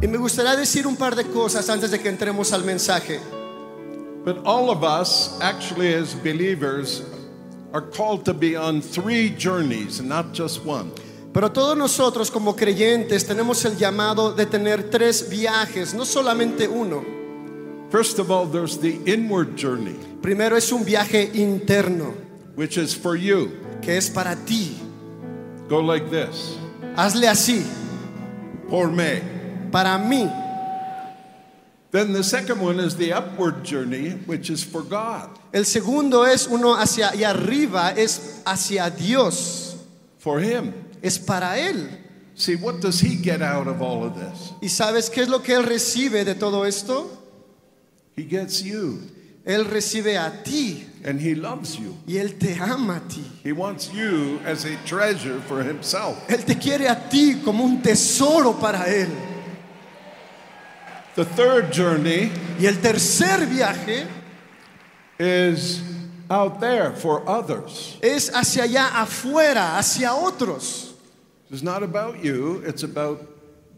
Y me gustaría decir un par de cosas antes de que entremos al mensaje. But all of us, actually, as believers, are called to be on three journeys, and not just one. Pero todos nosotros como creyentes tenemos el llamado de tener tres viajes, no solamente uno. First of all, there's the inward journey, Primero es un viaje interno, which is for you. que es para ti. Go like this Hazle así, for me. para mí. Then the second one is the upward journey, which is for God, El segundo es uno hacia y arriba, es hacia Dios, for Him. es para Él. See, what does He get out of all of this? ¿Y sabes qué es lo que Él recibe de todo esto? He gets you, Él recibe a ti and He loves you. y Él te ama a ti. He wants you as a treasure for Himself. Él te quiere a ti como un tesoro para Él. The third journey Y el tercer viaje is out there for others. es hacia allá afuera, hacia otros. It's not about you, it's about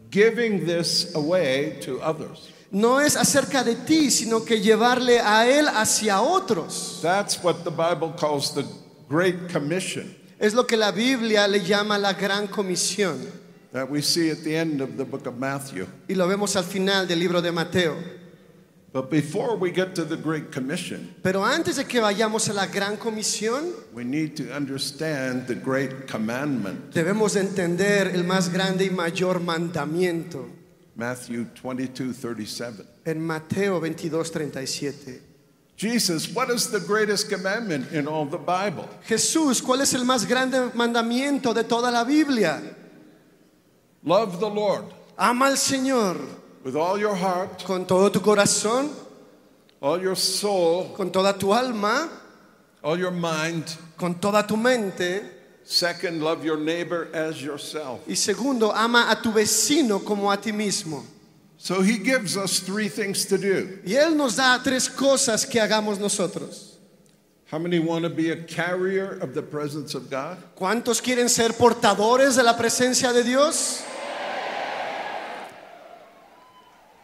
giving this away to others. No es acerca de ti, sino que llevarle a Él hacia otros. That's what the Bible calls the Great Commission Es lo que la Biblia le llama la gran comisión. that we see at the end of the book of Matthew. Y lo vemos al final del libro de Mateo. But before we get to the Great Commission, Pero antes de que vayamos a la gran comisión, we need to understand the Great Commandment, debemos de entender el más grande y mayor mandamiento Matthew 22 37. en Mateo 22, 37. Jesus, what is the greatest commandment in all the Bible? Jesús, ¿cuál es el más grande mandamiento de toda la Biblia? Love the Lord Ama al Señor with all your heart, con todo tu corazón, all your soul, con toda tu alma, all your mind. con toda tu mente. Second, love your neighbor as yourself. Y segundo, ama a tu vecino como a ti mismo. So he gives us three things to do. Y Él nos da tres cosas que hagamos nosotros. How many want to be a carrier of the presence of God? ¿Cuántos quieren ser portadores de la presencia de Dios?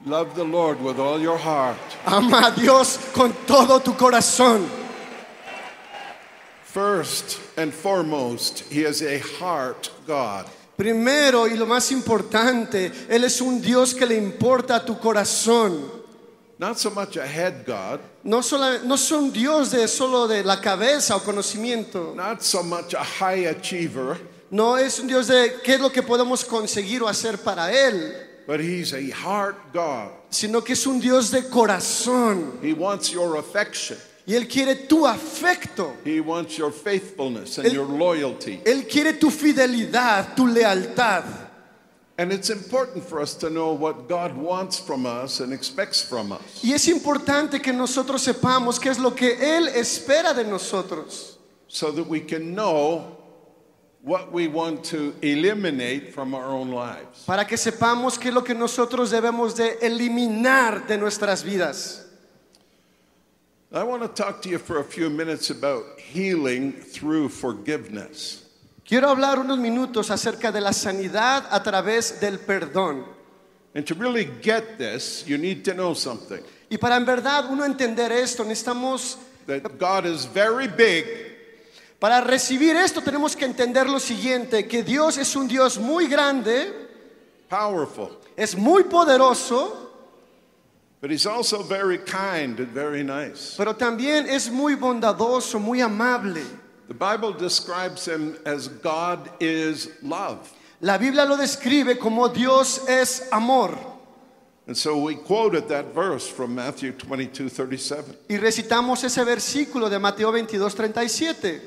Love the Lord with all your heart. Ama a Dios con todo tu corazón. First and foremost, he is a heart God. Primero y lo más importante, Él es un Dios que le importa a tu corazón. Not so much a head God, No, sola- no es un Dios de solo de la cabeza o conocimiento. not so much a high achiever, No es un Dios de qué es lo que podemos conseguir o hacer para Él, but he's a heart God. sino que es un Dios de corazón. He wants your affection. Y Él quiere tu afecto. He wants your faithfulness and El- your loyalty. Él quiere tu fidelidad, tu lealtad. And it's important for us to know what God wants from us and expects from us. Y es importante que nosotros sepamos qué es lo que Él espera de nosotros, so that we can know what we want to eliminate from our own lives. para que sepamos qué es lo que nosotros debemos de eliminar de nuestras vidas. I want to talk to you for a few minutes about healing through forgiveness. Quiero hablar unos minutos acerca de la sanidad a través del perdón. And to really get this, you need to know something Y para en verdad uno entender esto, necesitamos, that God is very big para recibir esto tenemos que entender lo siguiente, que Dios es un Dios muy grande, powerful es muy poderoso, but he's also very kind and very nice pero también es muy bondadoso, muy amable. the bible describes him as god is love La Biblia lo describe como Dios es amor. and so we quoted that verse from matthew 22 37 Y recitamos ese versículo de Mateo 22, 37.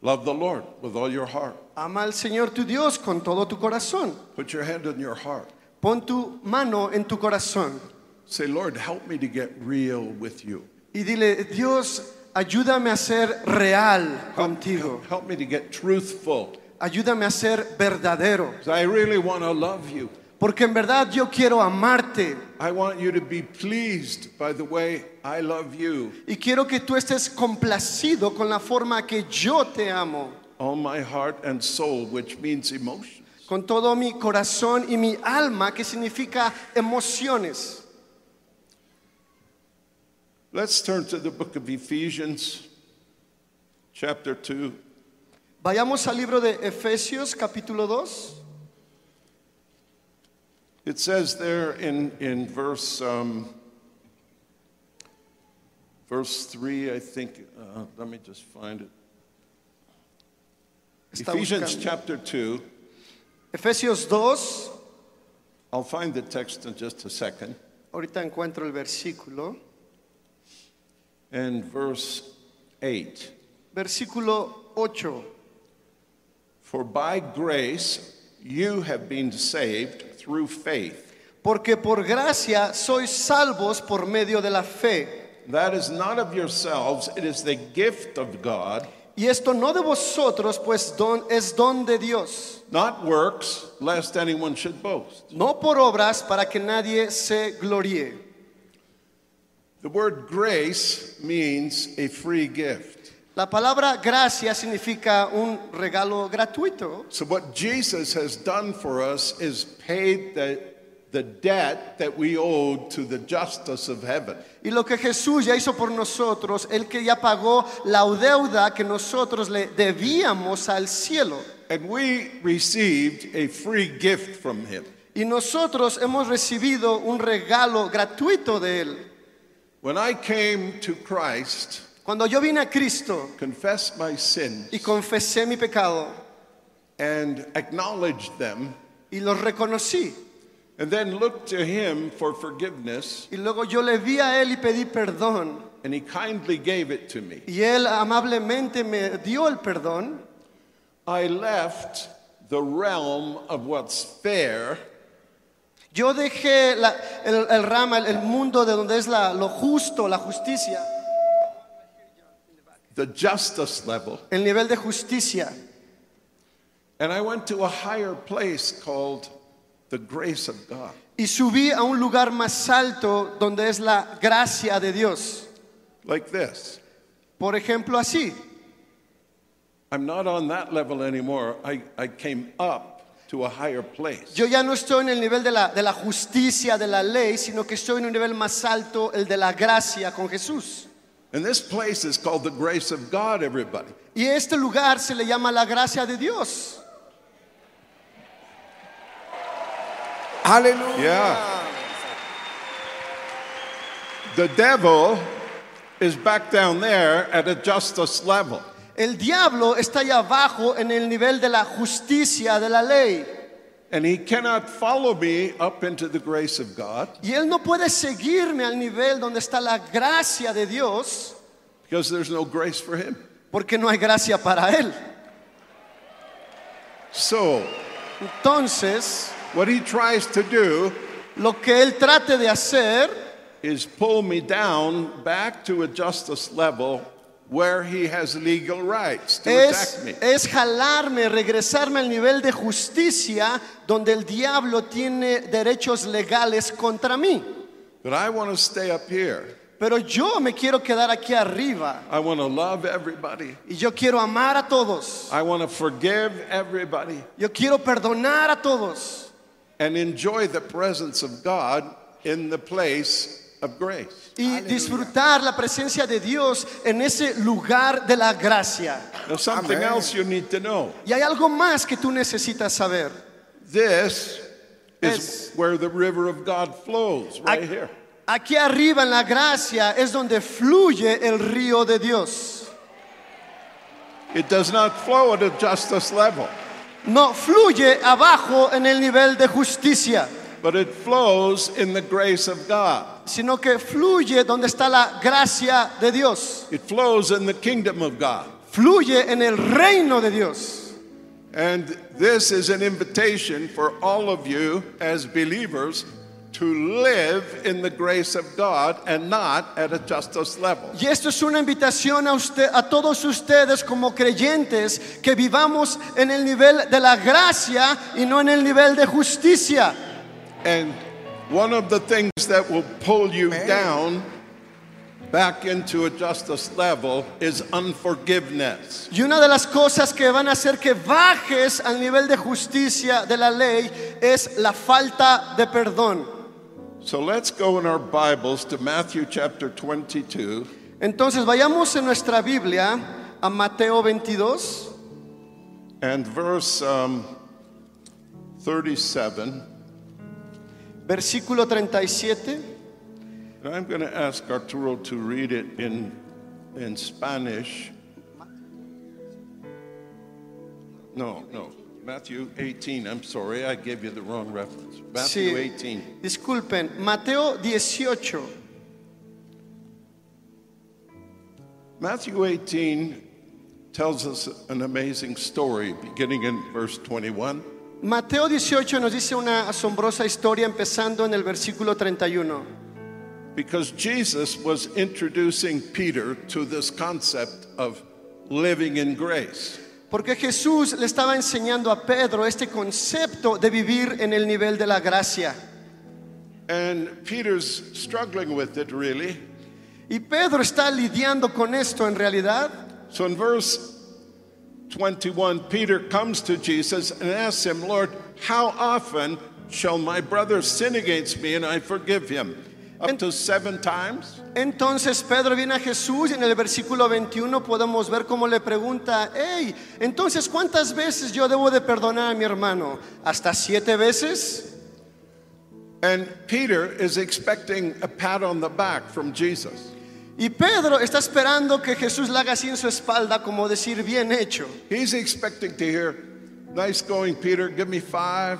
love the lord with all your heart Ama al Señor tu Dios con todo tu corazón. Put your hand on your heart. Pon tu mano en tu corazón Say, Lord, help me to get real with you. y dile, Dios, ayúdame a ser real contigo. Help, help me to get truthful. Ayúdame a ser verdadero. 'Cause I really want to love you. Porque en verdad yo quiero amarte I want you to be pleased by the way I love you. y quiero que tú estés complacido con la forma que yo te amo. All my heart and soul, which means emotions. con todo mi corazón y mi alma, que significa emociones. Let's turn to the book of Ephesians, chapter 2. Vayamos al libro de Efesios capítulo 2. It says there in, in verse, um, verse 3, I think, uh, let me just find it. Está Ephesians buscando. chapter 2, Efesios 2, I'll find the text in just a second, ahorita encuentro el versículo, and verse 8. versículo 8. For by grace you have been saved through faith. Porque por gracia sois salvos por medio de la fe. That is not of yourselves, it is the gift of God, Y esto no de vosotros, pues don, es don de Dios. not works, lest anyone should boast. No por obras para que nadie se gloríe. The word grace means a free gift. La palabra gracia significa un regalo gratuito. So, what Jesus has done for us is paid the, the debt that we owed to the justice of heaven. Y lo que Jesús ya hizo por nosotros, el que ya pagó la deuda que nosotros le debíamos al cielo. And we received a free gift from him. Y nosotros hemos recibido un regalo gratuito de Él. When I came to Christ, Cuando yo vine a Cristo confessed my sins, y confesé mi pecado and acknowledged them, y los reconocí, and then looked to him for forgiveness, y luego yo le vi a Él y pedí perdón, and he kindly gave it to me. y Él amablemente me dio el perdón, I left the realm of what's fair yo dejé la- el, el rama, el, el mundo de donde es la- lo justo, la justicia, the justice level. el nivel de justicia, And I went to a higher place called the grace of God. y subí a un lugar más alto donde es la gracia de Dios. Like this. Por ejemplo, así. I'm not on that level anymore. I, I came up to a higher place. Yo ya no estoy en el nivel de la, de la justicia, de la ley, sino que estoy en un nivel más alto, el de la gracia con Jesús. And this place is called the grace of God, everybody. Y este lugar se le llama la gracia de Dios. Ah. Aleluya. Yeah. The devil is back down there at a justice level. El diablo está allá abajo en el nivel de la justicia, de la ley. And he cannot follow me up into the grace of God Y él no puede seguirme al nivel donde está la gracia de Dios, because there's no grace for him. porque no hay gracia para él. So, Entonces, what he tries to do lo que él trate de hacer is pull me down back to a justice level where he has legal rights to es, attack me. es jalarme, regresarme al nivel de justicia donde el diablo tiene derechos legales contra mí. But I want to stay up here. Pero yo me quiero quedar aquí arriba. I want to love everybody. Y yo quiero amar a todos. I want to forgive everybody Yo quiero perdonar a todos. and enjoy the presence of God in the place of grace. Y disfrutar la presencia de Dios en ese lugar de la gracia. Now, something Amen. else you need to know Y hay algo más que tú necesitas saber. this is Es- where the river of God flows, right Ac- here. Aquí arriba en la gracia es donde fluye el río de Dios. It does not flow at a justice level, No, fluye abajo en el nivel de justicia, but it flows in the grace of God. sino que fluye donde está la gracia de Dios. It flows in the kingdom of God. Fluye en el reino de Dios. And this is an invitation for all of you as believers to live in the grace of God and not at a justice level. Y esto es una invitación a usted, a todos ustedes como creyentes, que vivamos en el nivel de la gracia y no en el nivel de justicia. And one of the things that will pull you down back into a justice level is unforgiveness. Y una de las cosas que van a hacer que bajes al nivel de justicia de la ley es la falta de perdón. So let's go in our Bibles to Matthew chapter 22, Entonces vayamos en nuestra Biblia a Mateo 22 And verse um, 37, Versículo 37. and I'm going to ask Arturo to read it in, in Spanish. No, no, Matthew 18, I'm sorry, I gave you the wrong reference. Matthew Sí. 18. Disculpen, Mateo 18. Matthew 18 tells us an amazing story beginning in verse 21. Mateo 18 nos dice una asombrosa historia empezando en el versículo 31. Because Jesus was introducing Peter to this concept of living in grace. Porque Jesús le estaba enseñando a Pedro este concepto de vivir en el nivel de la gracia. And Peter's struggling with it, really. Y Pedro está lidiando con esto en realidad. So in verse 21, Peter comes to Jesus and asks him, Lord, how often shall my brother sin against me and I forgive him? Up And- to seven times? Entonces Pedro viene a Jesús y en el versículo 21 podemos ver cómo le pregunta, hey, entonces ¿cuántas veces yo debo de perdonar a mi hermano? ¿Hasta siete veces? And Peter is expecting a pat on the back from Jesus. Y Pedro está esperando que Jesús le haga así en su espalda como decir, bien hecho. He's expecting to hear, nice going, Peter, give me five.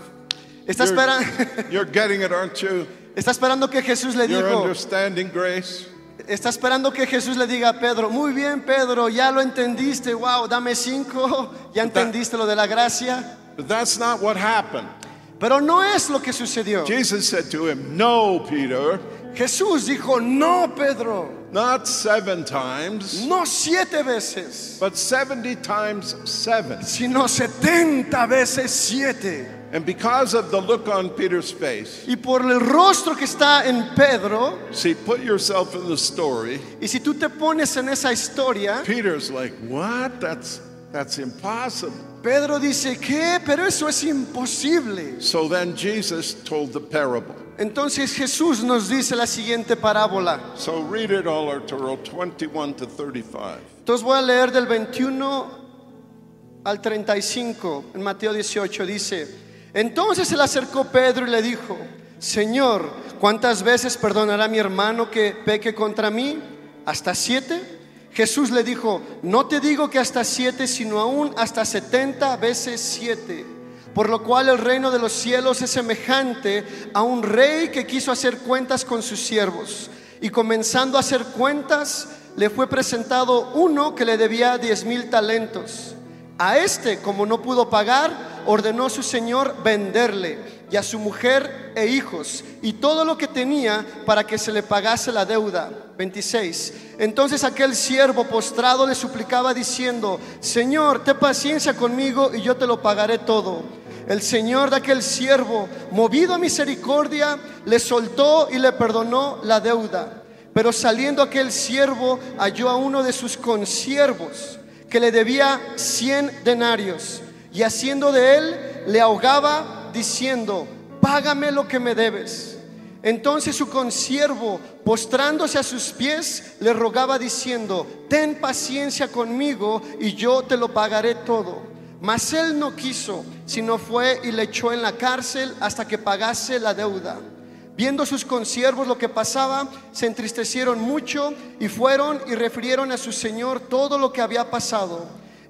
Está, esperando You're, you're getting it, aren't you? está esperando que Jesús le You're dijo, understanding grace. Está esperando que Jesús le diga a Pedro, muy bien Pedro, ya lo entendiste, wow, dame cinco, ya entendiste lo de la gracia. But that's not what happened. Pero no es lo que sucedió. Jesus said to him, No, Peter, Jesús dijo, no Pedro, not seven times, no siete veces, but 70 times seven. sino setenta veces siete. And because of the look on Peter's face, Y por el rostro que está en Pedro, see, put yourself in the story. y si tú te pones en esa historia, Peter's like, What? That's, that's impossible. Pedro dice, ¿qué? Pero eso es imposible. So then Jesus told the parable. Entonces Jesús nos dice la siguiente parábola. So read it all, Arturo, 21 to 35. Entonces voy a leer del 21 al 35 en Mateo 18. Dice, entonces se le acercó Pedro y le dijo, Señor, ¿cuántas veces perdonará mi hermano que peque contra mí? ¿Hasta siete? Jesús le dijo, no te digo que hasta siete, sino aún hasta setenta veces siete. Por lo cual el reino de los cielos es semejante a un rey que quiso hacer cuentas con sus siervos. Y comenzando a hacer cuentas, le fue presentado uno que le debía diez mil talentos. A este, como no pudo pagar, ordenó su señor venderle y a su mujer e hijos y todo lo que tenía para que se le pagase la deuda. 26. Entonces aquel siervo postrado le suplicaba diciendo, Señor, ten paciencia conmigo y yo te lo pagaré todo. El señor de aquel siervo, movido a misericordia, le soltó y le perdonó la deuda. Pero saliendo aquel siervo, halló a uno de sus consiervos que le debía cien denarios y haciendo de él le ahogaba diciendo, págame lo que me debes. Entonces su consiervo, postrándose a sus pies, le rogaba diciendo, ten paciencia conmigo y yo te lo pagaré todo. Mas él no quiso, sino fue y le echó en la cárcel hasta que pagase la deuda. Viendo sus consiervos lo que pasaba, se entristecieron mucho y fueron y refirieron a su señor todo lo que había pasado.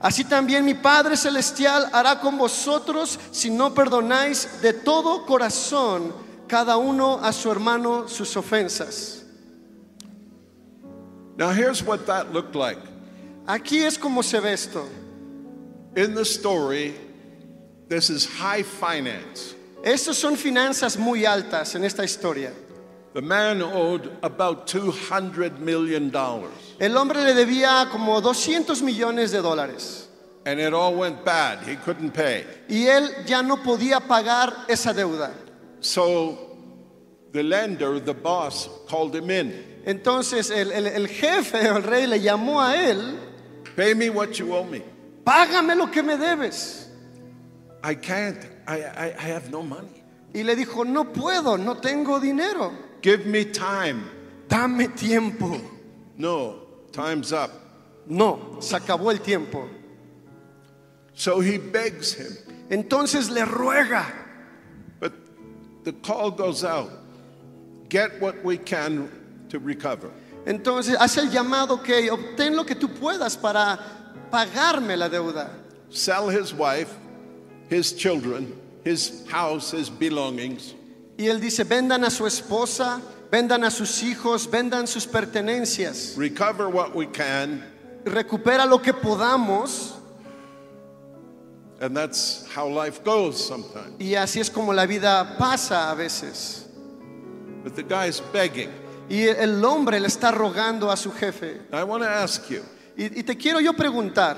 Así también mi Padre Celestial hará con vosotros si no perdonáis de todo corazón cada uno a su hermano sus ofensas. Now here's what that looked like. Aquí es como se ve esto. In the story, This is high finance. Estas son finanzas muy altas en esta historia. The man owed about $200 million, El hombre le debía como 200 millones de dólares and it all went bad. He couldn't pay. y él ya no podía pagar esa deuda. So the lender, the boss, called him in. Entonces el, el- el jefe, el rey, le llamó a él, Pay me what you owe me. págame lo que me debes. I can't. I, I, I have no money. Y le dijo, no puedo, no tengo dinero. Give me time. Dame tiempo. No, time's up. No, se acabó el tiempo. So he begs him. Entonces le ruega, But the call goes out get what we can to recover. entonces hace el llamado que obtén lo que tú puedas para pagarme la deuda. Sell his wife, his children, his house, his belongings, Y él dice, vendan a su esposa, vendan a sus hijos, vendan sus pertenencias, recover what we can, recupera lo que podamos. and that's how life goes sometimes. Y así es como la vida pasa a veces. But the guy's begging. Y el hombre le está rogando a su jefe. I want to ask you Y, y te quiero yo preguntar,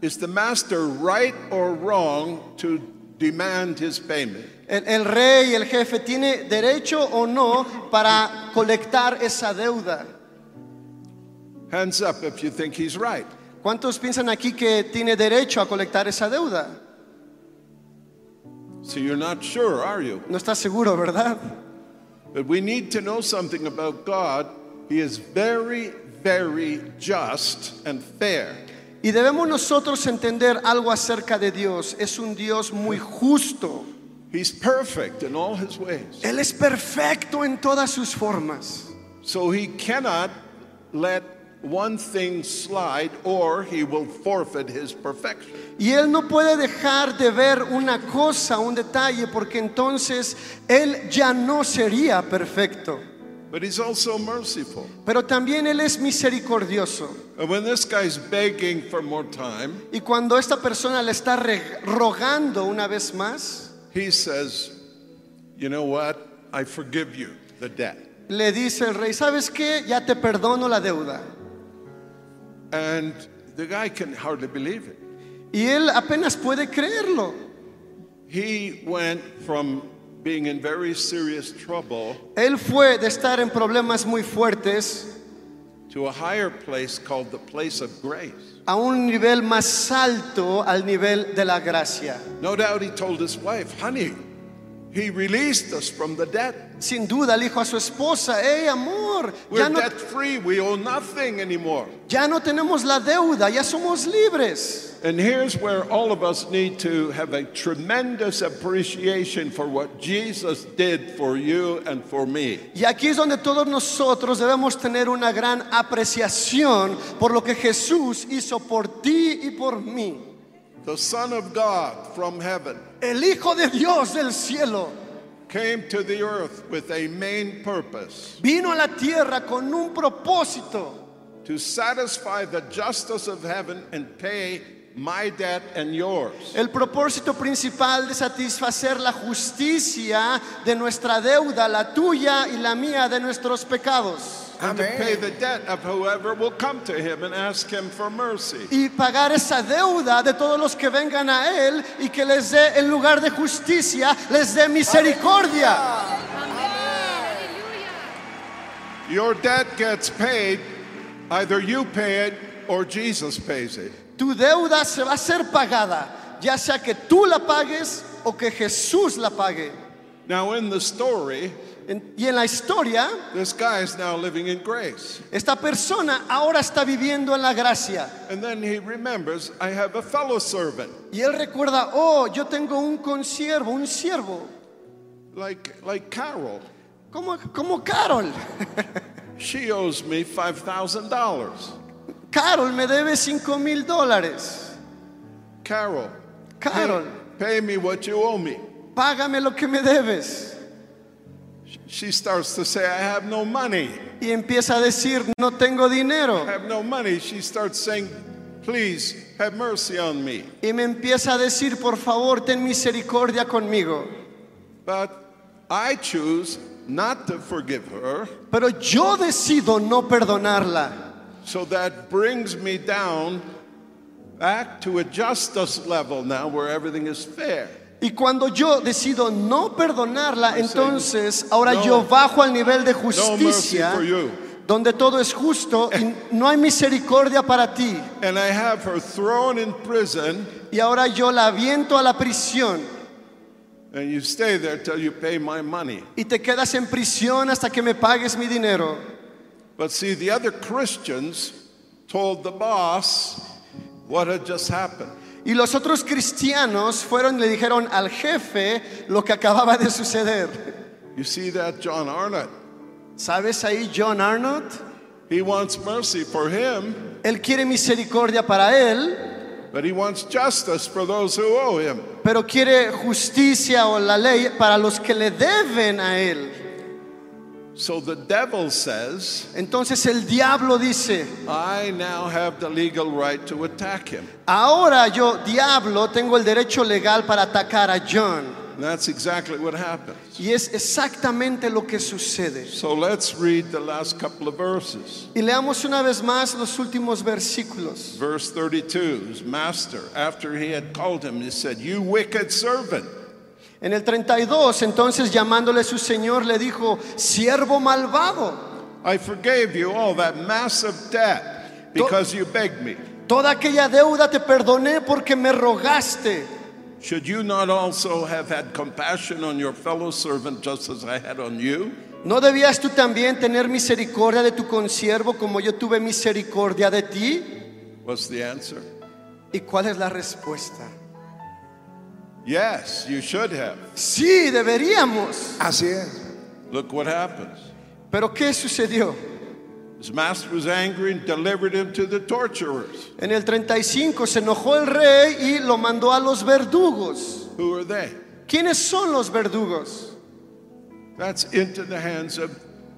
is the master right or wrong to demand his payment? ¿el, el rey, el jefe, tiene derecho o no para colectar esa deuda? Hands up if you think he's right. ¿Cuántos piensan aquí que tiene derecho a colectar esa deuda? So you're not sure, are you? No estás seguro, ¿verdad? But we need to know something about God. He is very, very just and fair. Y debemos nosotros entender algo acerca de Dios. Es un Dios muy justo. He's perfect in all his ways. Él es perfecto en todas sus formas. So he cannot let one thing slide or he will forfeit his perfection. Y Él no puede dejar de ver una cosa, un detalle, porque entonces Él ya no sería perfecto. But he's also merciful. Pero también Él es misericordioso. And when this guy's begging for more time, Y cuando esta persona le está re- rogando una vez más, he says, You know what? I forgive you the debt. le dice el rey, ¿sabes qué? Ya te perdono la deuda. And the guy can hardly believe it. Y él apenas puede creerlo. He went from being in very serious trouble Él fue de estar en problemas muy fuertes to a higher place called the place of grace. a un nivel más alto, al nivel de la gracia. No doubt he told his wife, honey, he released us from the debt. Sin duda le dijo a su esposa, hey amor, We're ya no, debt free. We owe nothing anymore. ya no tenemos la deuda, ya somos libres. And here's where all of us need to have a tremendous appreciation for what Jesus did for you and for me. Y aquí es donde todos nosotros debemos tener una gran apreciación por lo que Jesús hizo por ti y por mí. The Son of God from heaven El Hijo de Dios del cielo came to the earth with a main purpose. vino a la tierra con un propósito. to satisfy the justice of heaven and pay my debt and yours. El propósito principal de satisfacer la justicia de nuestra deuda, la tuya y la mía, de nuestros pecados. And to pay the debt of whoever will come to him and ask him for mercy. Y pagar esa deuda de todos los que vengan a Él y que les dé, en lugar de justicia, les dé misericordia. Your debt gets paid, either you pay it or Jesus pays it. Tu deuda se va a ser pagada, ya sea que tú la pagues o que Jesús la pague. Now, in the story, En- y en la historia, this guy is now living in grace. esta persona ahora está viviendo en la gracia. And then he remembers, I have a fellow servant, Y él recuerda, oh, yo tengo un consiervo, un siervo, like, like Carol. como, como Carol. She owes me $5,000. Carol me debe 5 mil dólares. Carol, Carol, pay me what you owe me. págame lo que me debes. She starts to say, I have no money. Y empieza a decir, no tengo dinero. I have no money. She starts saying, Please have mercy on me. y me empieza a decir, por favor, ten misericordia conmigo. But I choose not to forgive her, Pero yo decido no perdonarla. so that brings me down back to a justice level now where everything is fair. Y cuando yo decido no perdonarla, entonces ahora No. yo bajo al nivel de No mercy justicia, for you. donde todo es justo y no hay misericordia para ti. And I have her thrown in prison, Y ahora yo la aviento a la prisión and you stay there till you pay my money. y te quedas en prisión hasta que me pagues mi dinero. But see, the other Christians told the boss what had just happened. Y los otros cristianos fueron y le dijeron al jefe lo que acababa de suceder. You see that, John Arnott? ¿Sabes ahí John Arnott? He wants mercy for him, Él quiere misericordia para él, but he wants justice for those who owe him. pero quiere justicia o la ley para los que le deben a él. So the devil says, Entonces el diablo dice, I now have the legal right to attack him. ahora yo, diablo, tengo el derecho legal para atacar a John. And that's exactly what happens. Y es exactamente lo que sucede. So let's read the last couple of verses. Y leamos una vez más los últimos versículos. Verse 32, his master, after he had called him, he said, You wicked servant. En el 32, entonces llamándole su señor, le dijo, siervo malvado, I forgave you all that massive debt because you begged me. toda aquella deuda te perdoné porque me rogaste. Should you not also have had compassion on your fellow servant just as I had on you? ¿No debías tú también tener misericordia de tu consiervo como yo tuve misericordia de ti? What's the answer? ¿Y cuál es la respuesta? Yes, you should have. Sí, deberíamos. Así es. Look what happens. Pero ¿qué sucedió? His master was angry and delivered him to the torturers. En el 35 se enojó el rey y lo mandó a los verdugos. Who are they? ¿Quiénes son los verdugos? That's into the hands of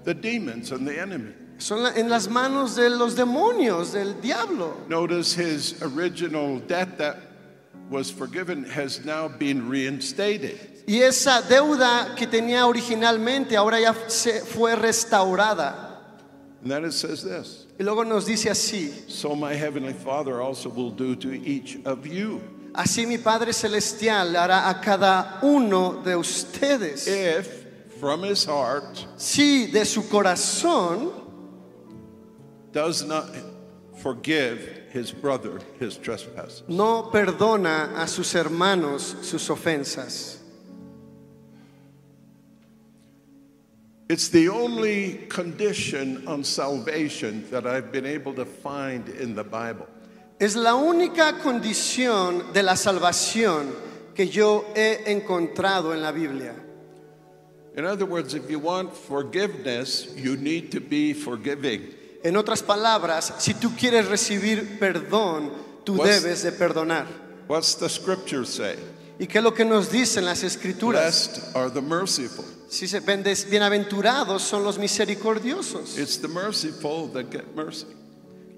the demons and the enemy. Son la- en las manos de los demonios, del diablo. Notice his original debt that was forgiven has now been reinstated. Y esa deuda que tenía originalmente ahora ya se fue restaurada. And then it says this Y luego nos dice así, So my heavenly Father also will do to each of you así mi Padre Celestial hará a cada uno de ustedes. if from his heart Si de su corazón does not forgive his brother his trespasses. no perdona a sus hermanos sus ofensas. It's the only condition on salvation that I've been able to find in the Bible. Es la única condición de la salvación que yo he encontrado en la Biblia. In other words, if you want forgiveness, you need to be forgiving. En otras palabras, si tú quieres recibir perdón, tú What's- debes de perdonar. What's the scripture say? ¿Y qué es lo que nos dicen las escrituras? Blessed are the merciful. Si se bendes- bienaventurados son los misericordiosos. It's the merciful that get mercy.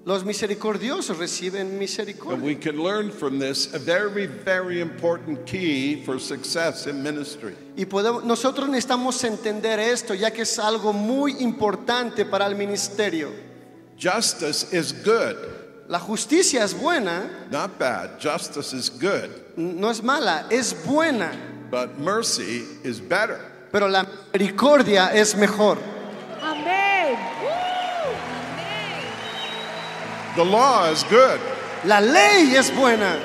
Los misericordiosos reciben And misericordia. we can learn from this a very, very important key for success in ministry. Y podemos, nosotros necesitamos entender esto, ya que es algo muy importante para el ministerio. Justice is good, La justicia es buena, not bad. Justice is good, n- no es mala, es buena, but mercy is better. pero la misericordia es mejor. Amém. The law is good, La ley es buena,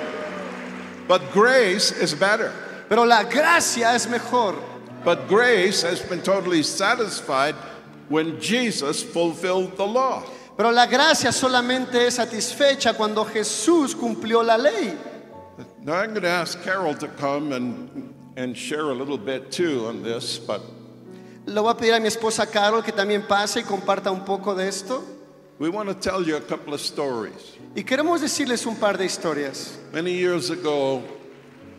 but grace is better. pero la gracia es mejor. But grace has been totally satisfied when Jesus fulfilled the law. Pero la gracia solamente es satisfecha cuando Jesús cumplió la ley. Now I'm going to ask Carol to come and and share a little bit too on this, but Le voy a pedir a mi esposa Carol que también pase y comparta un poco de esto. we want to tell you a couple of stories. Y queremos decirles un par de historias. Many years ago,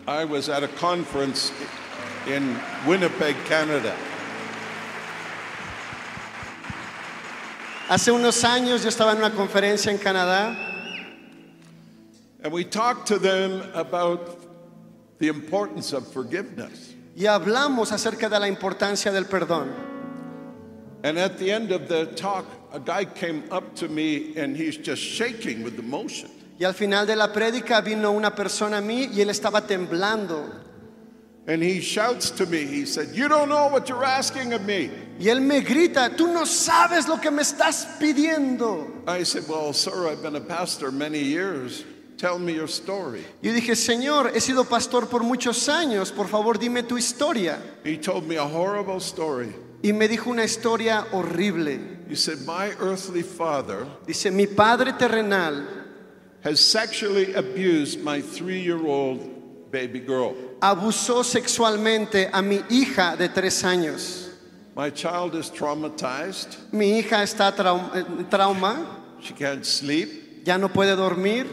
I was at a conference in Winnipeg, Canada. Hace unos años yo estaba en una conferencia en Canadá And we talked to them about the importance of forgiveness. y hablamos acerca de la importancia del perdón. And at the end of the talk, a guy came up to me and he's just shaking with emotion. Y al final de la prédica vino una persona a mí y él estaba temblando. And he shouts to me, he said, You don't know what you're asking of me. Y él me grita, tú no sabes lo que me estás pidiendo. I said, Well, sir, I've been a pastor many years. Tell me your story. Yo dije, Señor, he sido pastor por muchos años, por favor dime tu historia. He told me a horrible story. Y me dijo una historia horrible. He said, My earthly father Dice, mi padre terrenal has sexually abused my three year old baby girl. abusó sexualmente a mi hija de tres años. My child is traumatized. Mi hija está trau- en trauma, She can't sleep. ya no puede dormir.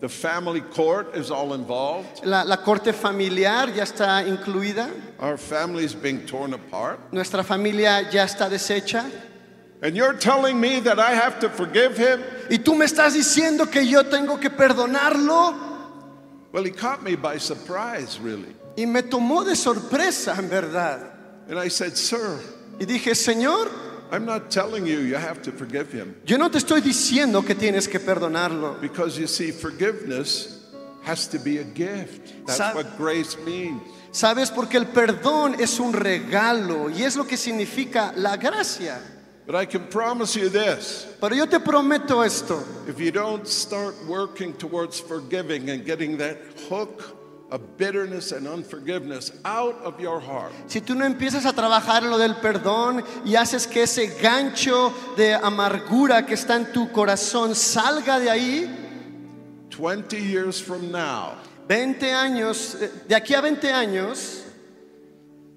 The family court is all involved. La, la corte familiar ya está incluida. Our family's being torn apart. Nuestra familia ya está deshecha. And you're telling me that I have to forgive him? Y tú me estás diciendo que yo tengo que perdonarlo. Well, he caught me by surprise, really. Y me tomó de sorpresa, en verdad. And I said, Sir, Y dije, Señor, I'm not telling you you have to forgive him. yo no te estoy diciendo que tienes que perdonarlo. Because you see, forgiveness has to be a gift. That's Sa- what grace means. Sabes, porque el perdón es un regalo y es lo que significa la gracia. But I can promise you this Pero yo te prometo esto. if you don't start working towards forgiving and getting that hook of bitterness and unforgiveness out of your heart, Si tú no empiezas a trabajar en lo del perdón y haces que ese gancho de amargura que está en tu corazón salga de ahí, 20 years from now, 20 años, eh, de aquí a 20 años,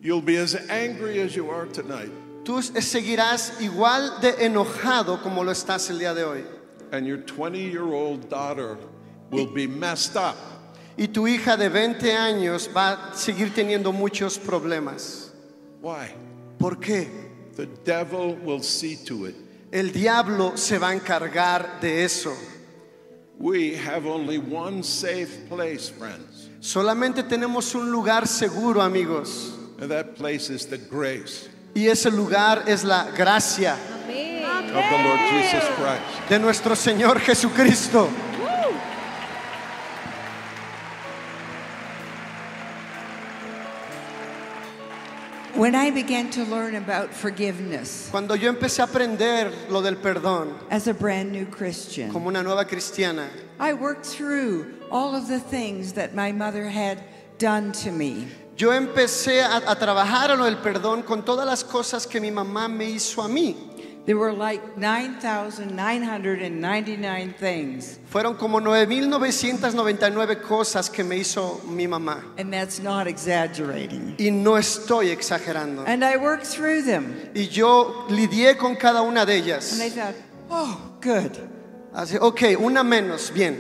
you'll be as angry as you are tonight, tú s- seguirás igual de enojado como lo estás el día de hoy. and your 20 year old daughter will be messed up. Y tu hija de 20 años va a seguir teniendo muchos problemas. Why? ¿Por qué? The devil will see to it. El diablo se va a encargar de eso. We have only one safe place, friends, Solamente tenemos un lugar seguro, amigos. and that place is the grace Y ese lugar es la gracia. of the Lord Jesus Christ. de nuestro Señor Jesucristo. When I began to learn about forgiveness Cuando yo empecé a aprender lo del perdón as a brand new Christian, como una nueva cristiana, I worked through all of the things that my mother had done to me. yo empecé a, a trabajar en lo del perdón con todas las cosas que mi mamá me hizo a mí. There were like 9,999 things, Fueron como 9.999 cosas que me hizo mi mamá. and that's not exaggerating. Y no estoy exagerando. And I worked through them, Y yo lidié con cada una de ellas. and I thought, oh, good. Así, ok, una menos, bien.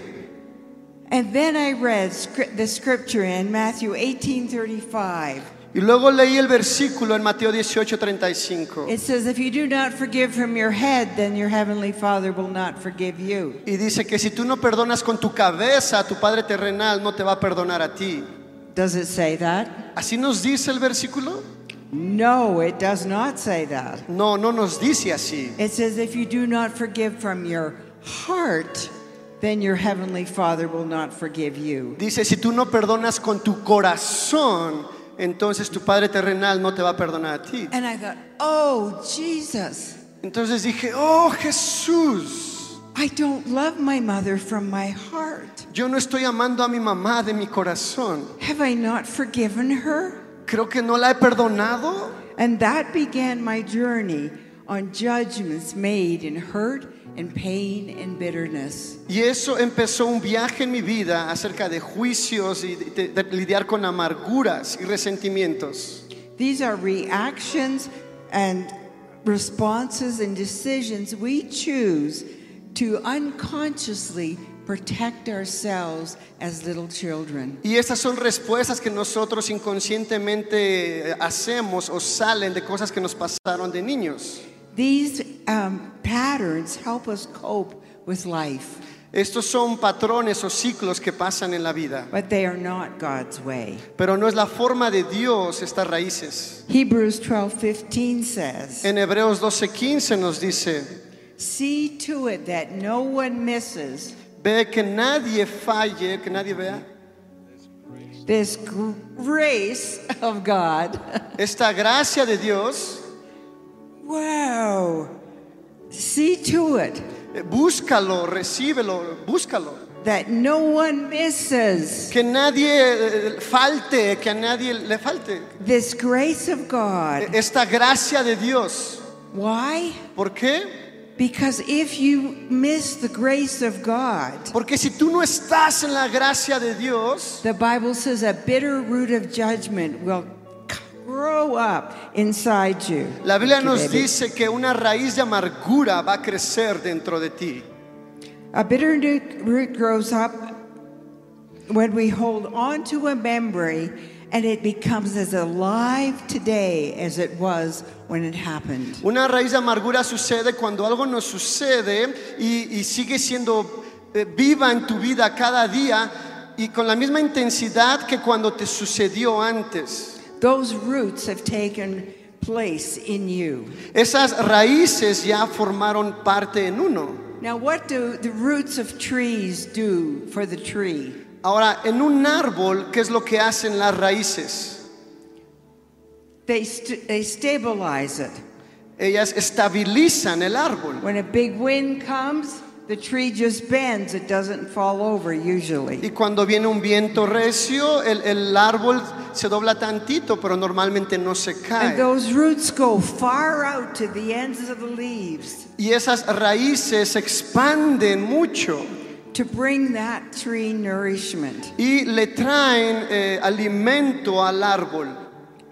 And then I read scrip- the scripture in Matthew 18:35. Y luego leí el versículo en Mateo 18:35. It says, "If you do not forgive from your head, then your heavenly Father will not forgive you." Y dice que si tú no perdonas con tu cabeza a tu Padre terrenal, no te va a perdonar a ti. Does it say that? ¿Así nos dice el versículo? No, it does not say that. No, no nos dice así. It says, if you do not forgive from your heart, then your heavenly Father will not forgive you. Dice, si tú no perdonas con tu corazón, entonces tu Padre terrenal no te va a perdonar a ti. And I thought, oh, Jesus, Entonces dije, oh Jesús, I don't love my mother from my heart. yo no estoy amando a mi mamá de mi corazón. Have I not forgiven her? Creo que no la he perdonado. And that began my journey on judgments made in hurt and pain and bitterness. Y eso empezó un viaje en mi vida acerca de juicios y de- de- de lidiar con amarguras y resentimientos. These are reactions and responses and decisions we choose to unconsciously protect ourselves as little children. Y esas son respuestas que nosotros inconscientemente eh, hacemos o salen de cosas que nos pasaron de niños. These um, patterns help us cope with life. Estos son patrones o ciclos que pasan en la vida, but they are not God's way. pero no es la forma de Dios estas raíces. Hebrews 12:15 says, En Hebreos 12:15 nos dice, "See to it that no one misses ve que nadie falle, que nadie vea this gr- grace of God." esta gracia de Dios, wow. See to it eh, búscalo, recíbelo, búscalo. that no one misses Que nadie eh, falte, que a nadie le falte this grace of eh, God. esta gracia de Dios. Why? ¿Por qué? Because if you miss the grace of God, Porque si tú no estás en la gracia de Dios, the Bible says a bitter root of judgment will c- grow up inside you. la Biblia nos Thank you, baby. dice que una raíz de amargura va a crecer dentro de ti. A bitter root root grows up when we hold on to a memory and it becomes as alive today as it was when it happened. Una raíz de amargura sucede cuando algo nos sucede y, y sigue siendo eh, viva en tu vida cada día y con la misma intensidad que cuando te sucedió antes. Those roots have taken place in you. Esas raíces ya formaron parte en uno. Now, what do the roots of trees do for the tree? Ahora, en un árbol, ¿qué es lo que hacen las raíces? They, st- they stabilize it. Ellas estabilizan el árbol. When a big wind comes, the tree just bends. It doesn't fall over Y usually. cuando viene un viento recio, el, el árbol se dobla tantito, pero normalmente no se And cae. those roots go far out to the ends of the leaves Y esas raíces se expanden mucho to bring that tree nourishment. y le traen eh, alimento al árbol.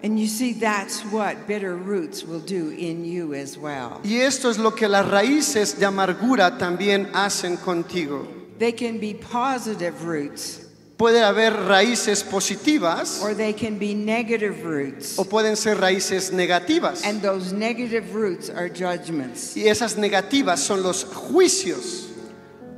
And you see, that's what bitter roots will do in you as well. Y esto es lo que las raíces de amargura también hacen contigo. They can be positive roots. Puede haber raíces positivas or they can be negative roots. o pueden ser raíces negativas. And those negative roots are judgments. Y esas negativas son los juicios.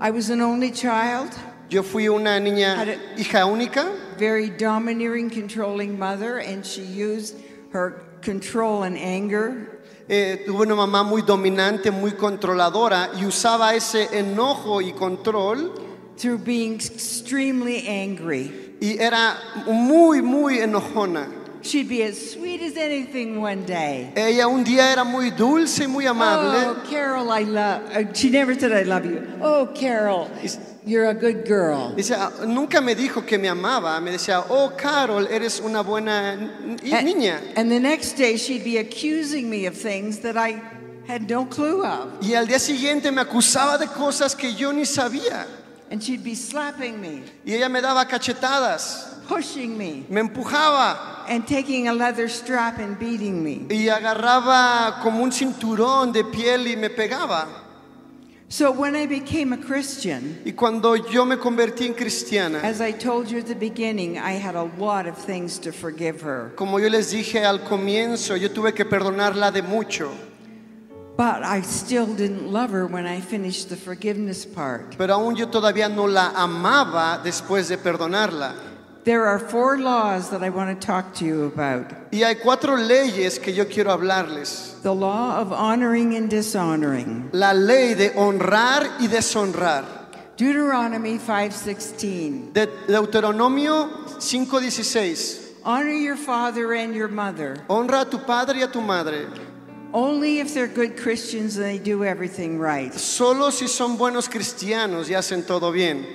I was an only child, Yo fui una niña Ahora- hija única, very domineering, controlling mother, and she used her control and anger eh, tuve una mamá muy dominante, muy controladora y usaba ese enojo y control through being extremely angry. y era muy, muy enojona. She'd be as sweet as anything one day. Ella un día era muy dulce y muy amable. Oh, Carol, I love. uh, She never said I love you. Oh, Carol, you're a good girl. Dice, "Ah, nunca me dijo que me amaba, me decía, oh Carol, eres una buena ni- And- niña. and the next day she'd be accusing me of things that I had no clue of. Y al día siguiente me acusaba de cosas que yo ni sabía. And she'd be slapping me, Y ella me daba cachetadas, pushing me, me empujaba. and taking a leather strap and beating me. y agarraba como un cinturón de piel y me pegaba. So when I became a Christian, Y cuando yo me convertí en cristiana, as I told you at the beginning, I had a lot of things to forgive her. como yo les dije al comienzo, yo tuve que perdonarla de mucho, But I still didn't love her when I finished the forgiveness part. pero aún yo todavía no la amaba después de perdonarla. There are four laws that I want to talk to you about Y hay cuatro leyes que yo quiero hablarles. the law of honoring and dishonoring. La ley de honrar y deshonrar. Deuteronomy 5:16 De Deuteronomio 5:16. Honor your father and your mother Honra a tu padre y a tu madre, only if they're good Christians and they do everything right. solo si son buenos cristianos y hacen todo bien.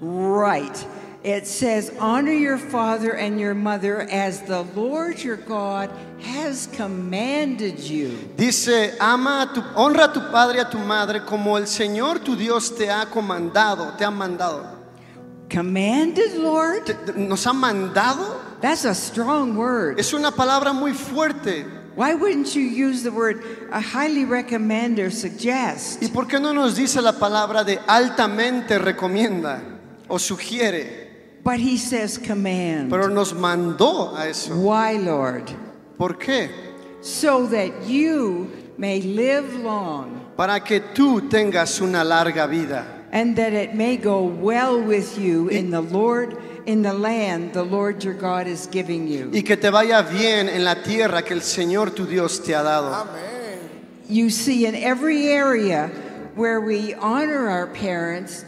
Right. It says, Honor your father and your mother as the Lord your God has commanded you. Dice, ama a tu, honra a tu padre y a tu madre como el Señor tu Dios te ha comandado, te ha mandado. Commanded, Lord? Te- te- ¿Nos ha mandado? That's a strong word. Es una palabra muy fuerte. Why wouldn't you use the word I highly recommend or ¿Y suggest? por qué no nos dice la palabra de altamente recomienda o sugiere? But he says command. Pero nos mandó a eso. Why, Lord? ¿Por qué? So that you may live long, para que tú tengas una larga vida and that it may go well with you in the Lord, in the land the Lord your God is giving you. y que te vaya bien en la tierra que el Señor tu Dios te ha dado. You see, in every area where we honor our parents,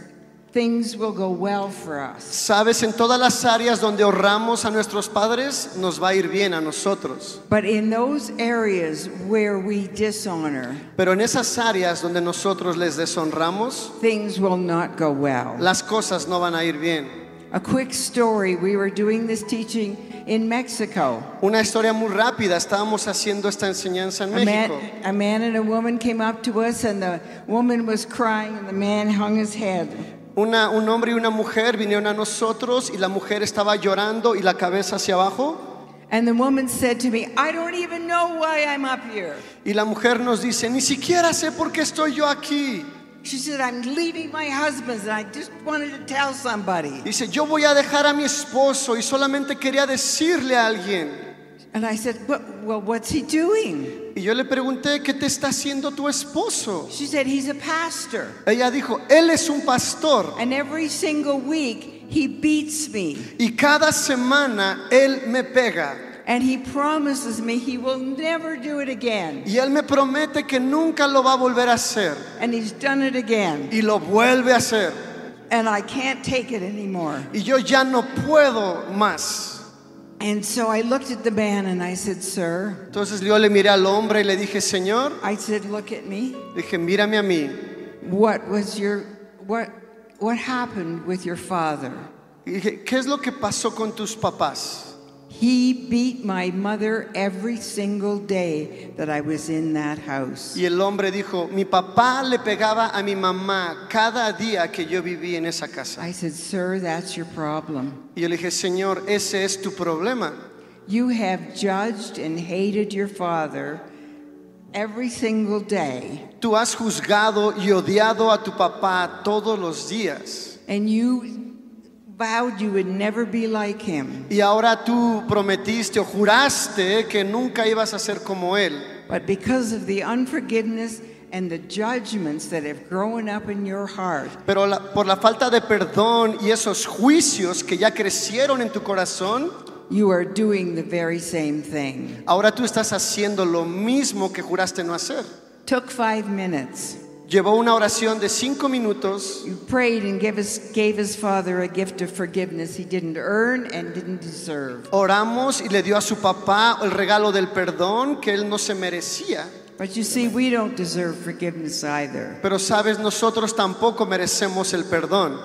things will go well for us. Sabes, en todas las áreas donde honramos a nuestros padres, nos va a ir bien a nosotros. But in those areas where we dishonor, Pero en esas áreas donde nosotros les deshonramos, things will not go well. las cosas no van a ir bien. A quick story we were doing this teaching in Mexico. Una historia muy rápida, estábamos haciendo esta enseñanza en A México. man, a man and a woman came up to us, and the woman was crying, and the man hung his head. Una- un hombre y una mujer vinieron a nosotros y la mujer estaba llorando y la cabeza hacia abajo. And the woman said to me, I don't even know why I'm up here. Y la mujer nos dice, ni siquiera sé por qué estoy yo aquí. She said, I'm leaving my husband's, and I just wanted to tell somebody. Dice, yo voy a dejar a mi esposo y solamente quería decirle a alguien. And I said, "What- Well, what's he doing? Y yo le pregunté, ¿qué te está haciendo tu esposo? She said, He's a pastor. Ella dijo, él es un pastor And every single week, he beats me, y cada semana él me pega. and he promises me he will never do it again. Y él me promete que nunca lo va a volver a hacer. And he's done it again. Y lo vuelve a hacer. And I can't take it anymore. Y yo ya no puedo más. And so I looked at the man and I said, Sir, Entonces yo le miré al hombre y le dije, Señor, I said, look at me. dije, mírame a mí. What was your, what, what happened with your father? Y dije, ¿qué es lo que pasó con tus papás? He beat my mother every single day that I was in that house. Y el hombre dijo, mi papá le pegaba a mi mamá cada día que yo viví en esa casa. I said, Sir, that's your problem. Y yo le dije, Señor, ese es tu problema. You have judged and hated your father every single day, Tú has juzgado y odiado a tu papá todos los días. and you vowed you would never be like him. Y ahora tú prometiste o juraste que nunca ibas a ser como él. But because of the unforgiveness and the judgments that have grown up in your heart, Pero la- por la falta de perdón y esos juicios que ya crecieron en tu corazón, you are doing the very same thing. ahora tú estás haciendo lo mismo que juraste no hacer. Took five minutes. Llevó una oración de cinco minutos You prayed and gave his, gave his father a gift of forgiveness he didn't earn and didn't deserve. Oramos y le dio a su papá el regalo del perdón que él no se merecía. But you see, we don't deserve forgiveness either. Pero sabes, nosotros tampoco merecemos el perdón.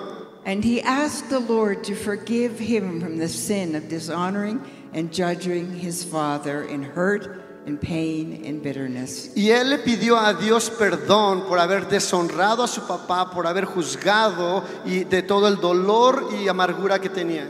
And he asked the Lord to forgive him from the sin of dishonoring and judging his father in hurt and pain and bitterness. Y él le pidió a Dios perdón por haber deshonrado a su papá, por haber juzgado y de todo el dolor y amargura que tenía.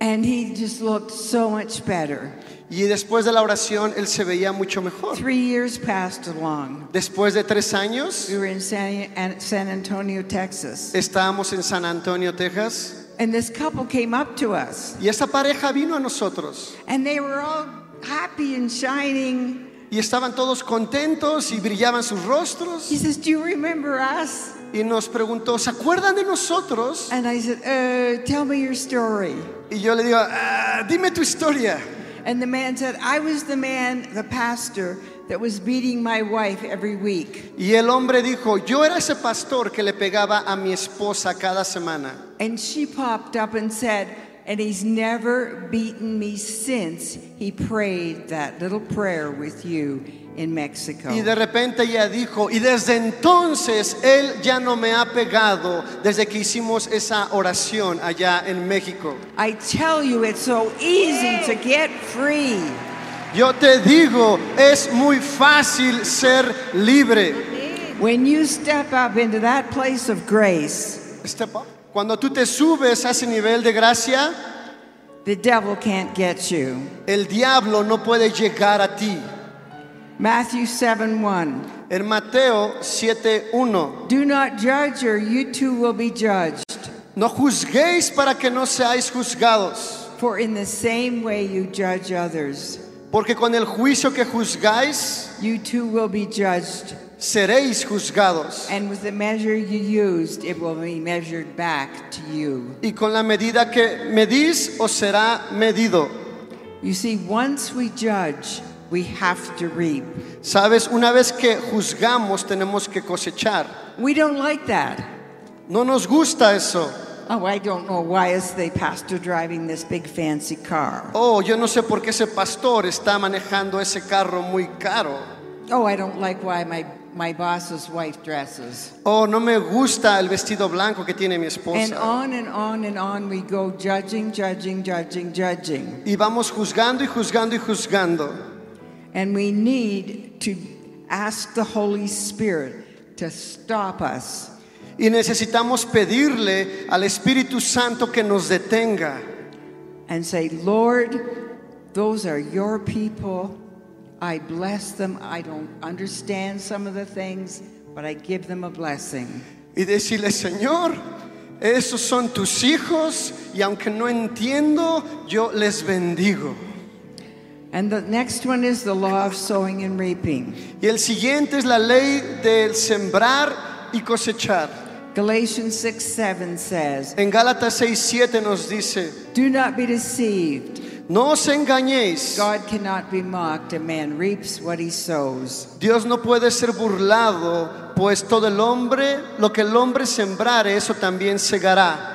And he just looked so much better. Y después de la oración él se veía mucho mejor. Three years passed along. Después de tres años We were in San, An- San Antonio, Texas. estábamos en San Antonio, Texas, And this couple came up to us. y esta pareja vino a nosotros And they were all happy and shining. y estaban todos contentos y brillaban sus rostros He says, Do you remember us? y nos preguntó, ¿se acuerdan de nosotros? And I said, uh, Tell me your story. Y yo le digo, "Ah, dime tu historia. And the man said, I was the man, the pastor, that was beating my wife every week. Y el hombre dijo, yo era ese pastor que le pegaba a mi esposa cada semana. And she popped up and said, And he's never beaten me since he prayed that little prayer with you in Mexico. Y de repente ella dijo, y desde entonces él ya no me ha pegado desde que hicimos esa oración allá en México. I tell you, it's so easy to get free. Yo te digo, es muy fácil ser libre. When you step up into that place of grace, Step up. Cuando tú te subes a ese nivel de gracia, the devil can't get you. el diablo no puede llegar a ti. Matthew 7 1. En Mateo 7:1, Do not judge, or you too will be judged. no juzguéis para que no seáis juzgados, For in the same way you judge others, Porque con el juicio que juzgáis, you too will be judged, seréis juzgados. and with the measure you used, it will be measured back to you. Y con la medida que medís, os será medido. You see, once we judge, we have to reap. Sabes, una vez que juzgamos, tenemos que cosechar. We don't like that. No nos gusta eso. Oh, I don't know why is the pastor driving this big fancy car. Oh, yo no sé por qué ese pastor está manejando ese carro muy caro. Oh, I don't like why my, my boss's wife dresses. Oh, no me gusta el vestido blanco que tiene mi And esposa. on and on and on we go judging, judging, judging, judging. Y vamos juzgando y juzgando y juzgando. And we need to ask the Holy Spirit to stop us Y necesitamos pedirle al Espíritu Santo que nos detenga. and say, Lord, those are your people. I bless them. I don't understand some of the things, but I give them a blessing. y decirle, Señor, esos son tus hijos y aunque no entiendo, yo les bendigo. And the next one is the law of sowing and reaping. Y el siguiente es la ley del sembrar y cosechar. Galatians 6 7 says, En Gálatas 6:7 nos dice, Do not be deceived. no os engañéis, God cannot be mocked. A man reaps what he sows. Dios no puede ser burlado, pues todo el hombre, lo que el hombre sembrare, eso también segará.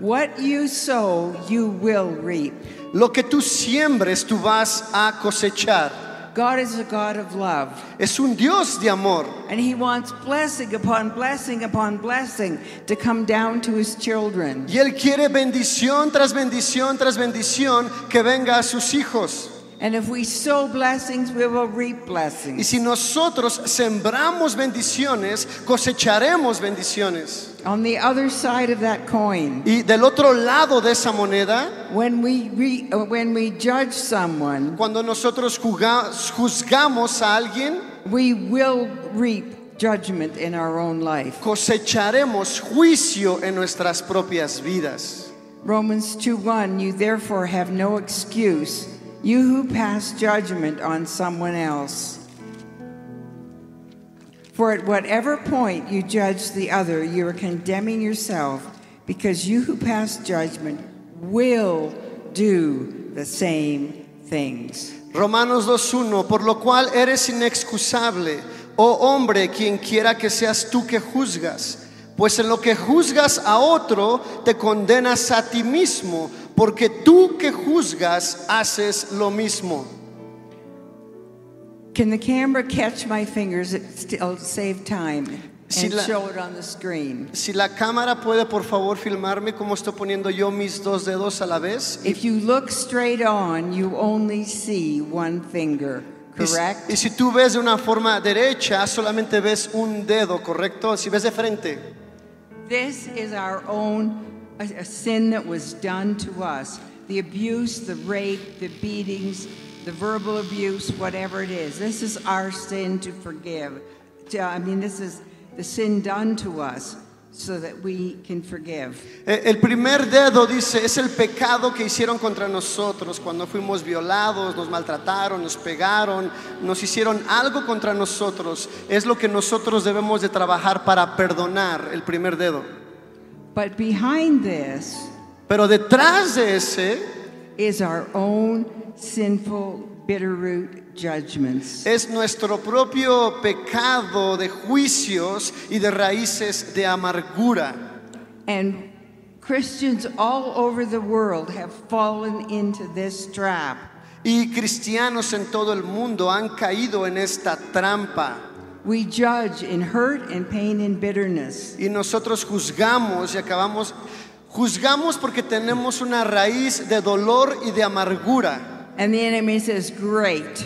What you sow, you will reap. Lo que tú siembres, tú vas a cosechar. God is a God of love, Es un Dios de amor. and He wants blessing upon blessing upon blessing to come down to His children. Y Él quiere bendición tras bendición tras bendición que venga a sus hijos. And if we sow blessings, we will reap Y blessings. si nosotros sembramos bendiciones, cosecharemos bendiciones. On the other side of that coin, Y del otro lado de esa moneda, when we, re, uh, when we judge someone, cuando nosotros juga- juzgamos a alguien, we will reap judgment in our own life. cosecharemos juicio en nuestras propias vidas. Romans 2 1, you therefore have no excuse, you who pass judgment on someone else. For at whatever point you judge the other, you are condemning yourself, because you who pass judgment will do the same things. Romanos 2.1, por lo cual eres inexcusable, oh hombre, quien quiera que seas tú que juzgas, pues en lo que juzgas a otro, te condenas a ti mismo, porque tú que juzgas haces lo mismo. Can the camera catch my fingers? It still save time Si and la- show it on the screen. Si la cámara puede por favor filmarme cómo estoy poniendo yo mis dos dedos a la vez. If you look straight on, you only see one finger, Y si- correct? Y si tú ves de una forma derecha, solamente ves un dedo, ¿correcto? Si ves de frente. This is our own a, a sin that was done to us. The abuse, the rape, the beatings, the verbal abuse, whatever it is. This is our sin to forgive. To- I mean, this is the sin done to us so that we can forgive. Eh, El primer dedo dice, es el pecado que hicieron contra nosotros cuando fuimos violados, nos maltrataron, nos pegaron, nos hicieron algo contra nosotros. Es lo que nosotros debemos de trabajar para perdonar el primer dedo. But behind this Pero detrás de ese is our own sinful, bitterroot judgments. es nuestro propio pecado de juicios y de raíces de amargura. And Christians all over the world have fallen into this trap. Y cristianos en todo el mundo han caído en esta trampa. We judge in hurt and pain and bitterness. Y nosotros juzgamos y acabamos, juzgamos porque tenemos una raíz de dolor y de amargura. And the enemy says, Great,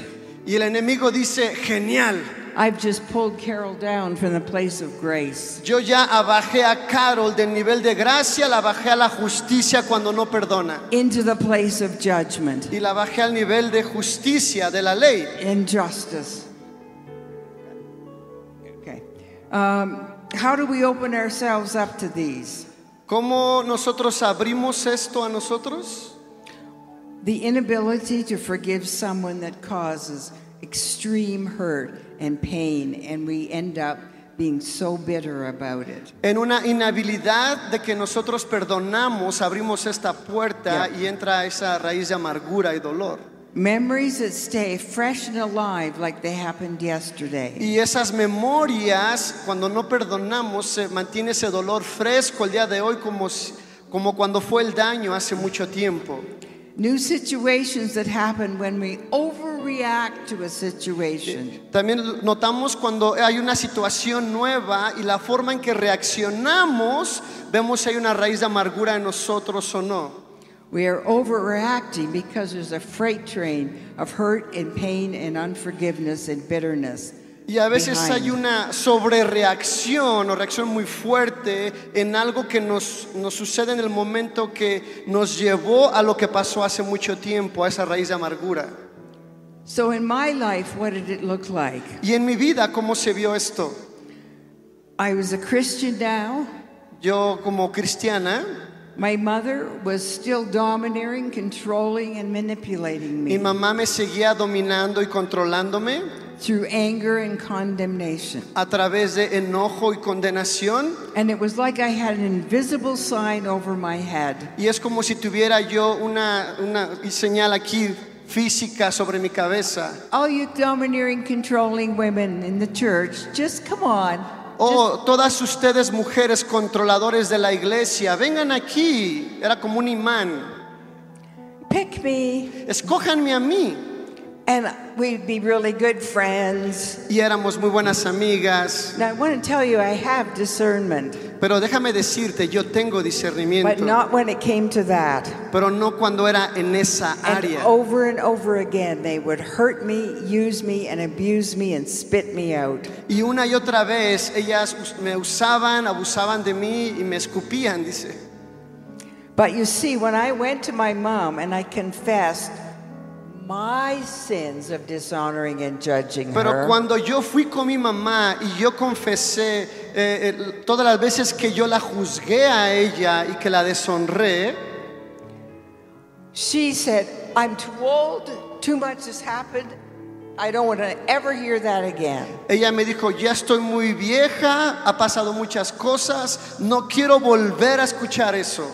Y el enemigo dice, genial, I've just pulled Carol down from the place of grace. yo ya abajé a Carol del nivel de gracia, la bajé a la justicia cuando no perdona. Into the place of judgment Y la bajé al nivel de justicia de la ley. and justice. Okay. Um, how do we open ourselves up to these? ¿Cómo nosotros abrimos esto a nosotros? The inability to forgive someone that causes extreme hurt and pain, and we end up being so bitter about it. En una inhabilidad de que nosotros perdonamos, abrimos esta puerta y entra esa raíz de amargura y dolor. Memories that stay fresh and alive like they happened yesterday. Y esas memorias, cuando no perdonamos, se mantiene ese dolor fresco el día de hoy como, si- como cuando fue el daño hace mucho tiempo. New situations that happen when we overreact to a situation. También notamos cuando hay una situación nueva y la forma en que reaccionamos, vemos si hay una raíz de amargura en nosotros o no. We are overreacting because there's a freight train of hurt and pain and unforgiveness and bitterness. Y a veces behind. hay una sobrereacción o reacción muy fuerte en algo que nos, nos sucede en el momento que nos llevó a lo que pasó hace mucho tiempo, a esa raíz de amargura. So, in my life, what did it look like? Y en mi vida, ¿cómo se vio esto? I was a Christian now. Yo como cristiana, My mother was still domineering, controlling, and manipulating mi me mamá me seguía dominando y controlándome through anger and condemnation. a través de enojo y condenación. And it was like I had an invisible sign over my head Y es como si tuviera yo una, una señal aquí física sobre mi cabeza. All you domineering, controlling women in the church, just come on. Oh, todas ustedes mujeres controladores de la iglesia, vengan aquí. Era como un imán. Pick me. Escójanme a mí. And we'd be really good friends. Y éramos muy buenas amigas. Now, I want to tell you, I have discernment, Pero déjame decirte, yo tengo but discernimiento. not when it came to that. Pero no cuando era en esa And oh, área. over and over again, they would hurt me, use me, and abuse me and spit me out. Y una y otra vez ellas us- me usaban, abusaban de mí y me escupían, dice. But you see, when I went to my mom and I confessed my sins of dishonoring and judging Pero her, cuando yo fui con mi mamá y yo confesé eh, eh, todas las veces que yo la juzgué a ella y que la deshonré, she said, I'm too old, too much has happened. I don't want to ever hear that again. ella me dijo, ya estoy muy vieja, ha pasado muchas cosas, no quiero volver a escuchar eso.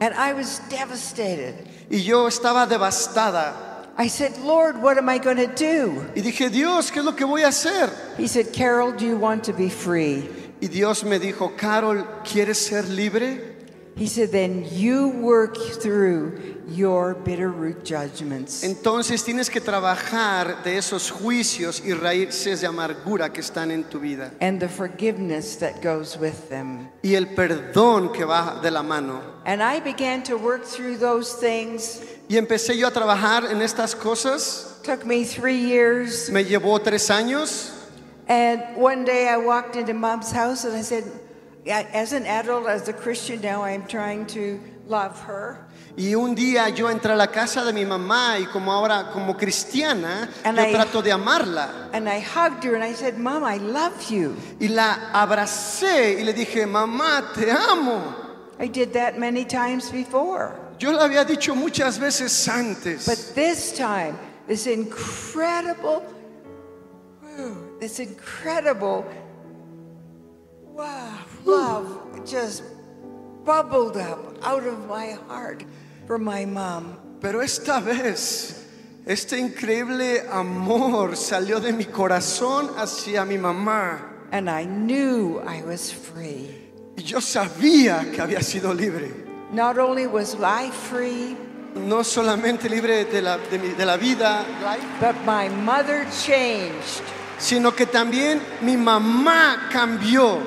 And I was devastated. Y yo estaba devastada I said, Lord, what am I going to do? y dije, Dios, ¿qué es lo que voy a hacer? He said, Carol, do you want to be free? Y Dios me dijo, Carol, ¿quieres ser libre? He said, then you work through your bitter root judgments. Entonces tienes que trabajar de esos juicios y raíces de amargura que están en tu vida. and the forgiveness that goes with them. y el perdón que va de la mano. And I began to work through those things. Y empecé yo a trabajar en estas cosas. Took me three years. Me llevó tres años. And one day I walked into mom's house and I said, "Yeah, as an adult, as a Christian now, I'm trying to love her. Y un día yo entré a la casa de mi mamá y como ahora como cristiana, And yo I- trato de amarla. And I hugged her and I said, Mom, I love you. Y la abracé y le dije, mamá, te amo. I did that many times before. Yo lo había dicho muchas veces antes, But this time, this incredible, whew, this incredible, wow, love just bubbled up out of my heart for my mom. pero esta vez este increíble amor salió de mi corazón hacia mi mamá. And I knew I was free. Y yo sabía que había sido libre. Not only was I free, no solamente libre de la, de mi- de la vida, but my mother changed. sino que también mi mamá cambió.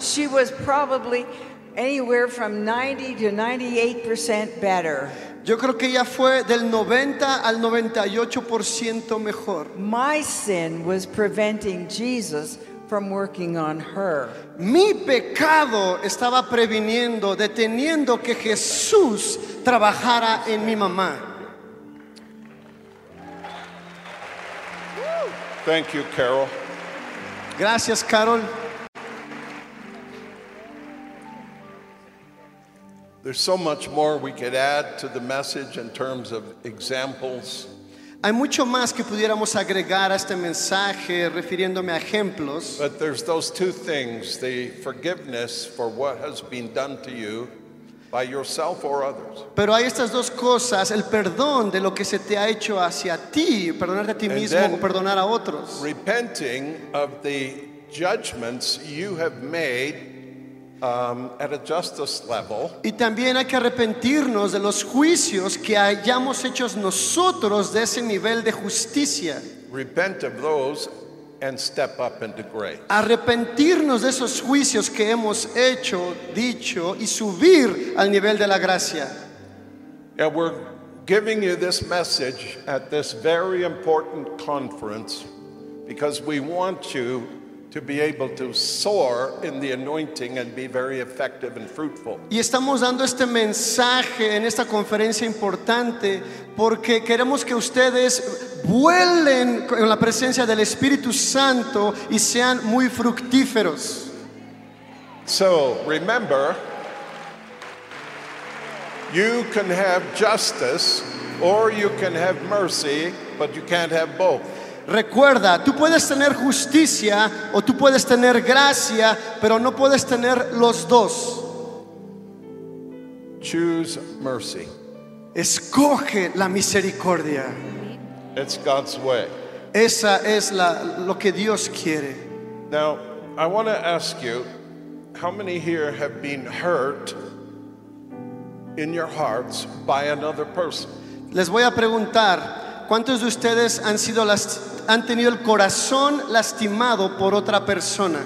She was probably anywhere from 90 to 98% better. Yo creo que ella fue del 90 al 98% mejor. My sin was preventing Jesus from working on her. Mi pecado estaba previniendo, deteniendo que Jesús trabajara en mi mamá. Thank you, Carol. Gracias, Carol. There's so much more we could add to the message in terms of examples. Hay mucho más que pudiéramos agregar a este mensaje refiriéndome a ejemplos, But there's those two things the forgiveness for what has been done to you by yourself or others. pero hay estas dos cosas, el perdón de lo que se te ha hecho hacia ti, perdonarte a ti And mismo then- o perdonar a otros, Repenting of the judgments you have made um, at a justice level y también hay que arrepentirnos de los juicios que hayamos hechos nosotros de ese nivel de justicia, repent of those and step up into grace. arrepentirnos de esos juicios que hemos hecho, dicho y subir al nivel de la gracia. And we're giving you this message at this very important conference because we want you to be able to soar in the anointing and be very effective and fruitful. Y estamos dando este mensaje en esta conferencia importante porque queremos que ustedes vuelen con la presencia del Espíritu Santo y sean muy fructíferos. So remember, you can have justice or you can have mercy, but you can't have both. Recuerda, tú puedes tener justicia o tú puedes tener gracia, pero no puedes tener los dos. Choose mercy. Escoge la misericordia. It's God's way. Esa es la- lo que Dios quiere. Now, I want to ask you how many here have been hurt in your hearts by another person? Les voy a preguntar, ¿cuántos de ustedes han sido las- han tenido el corazón lastimado por otra persona?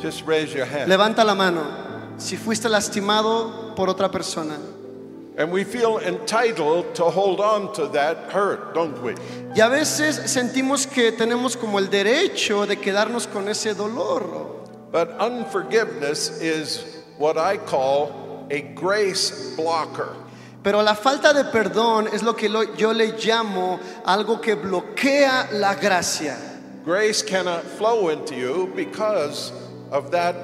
Just raise your hand. Levanta la mano si fuiste lastimado por otra persona. And we feel entitled to hold on to that hurt, don't we? Y a veces sentimos que tenemos como el derecho de quedarnos con ese dolor. But unforgiveness is what I call a grace blocker. Pero la falta de perdón es lo que lo- yo le llamo algo que bloquea la gracia. Grace cannot flow into you because of that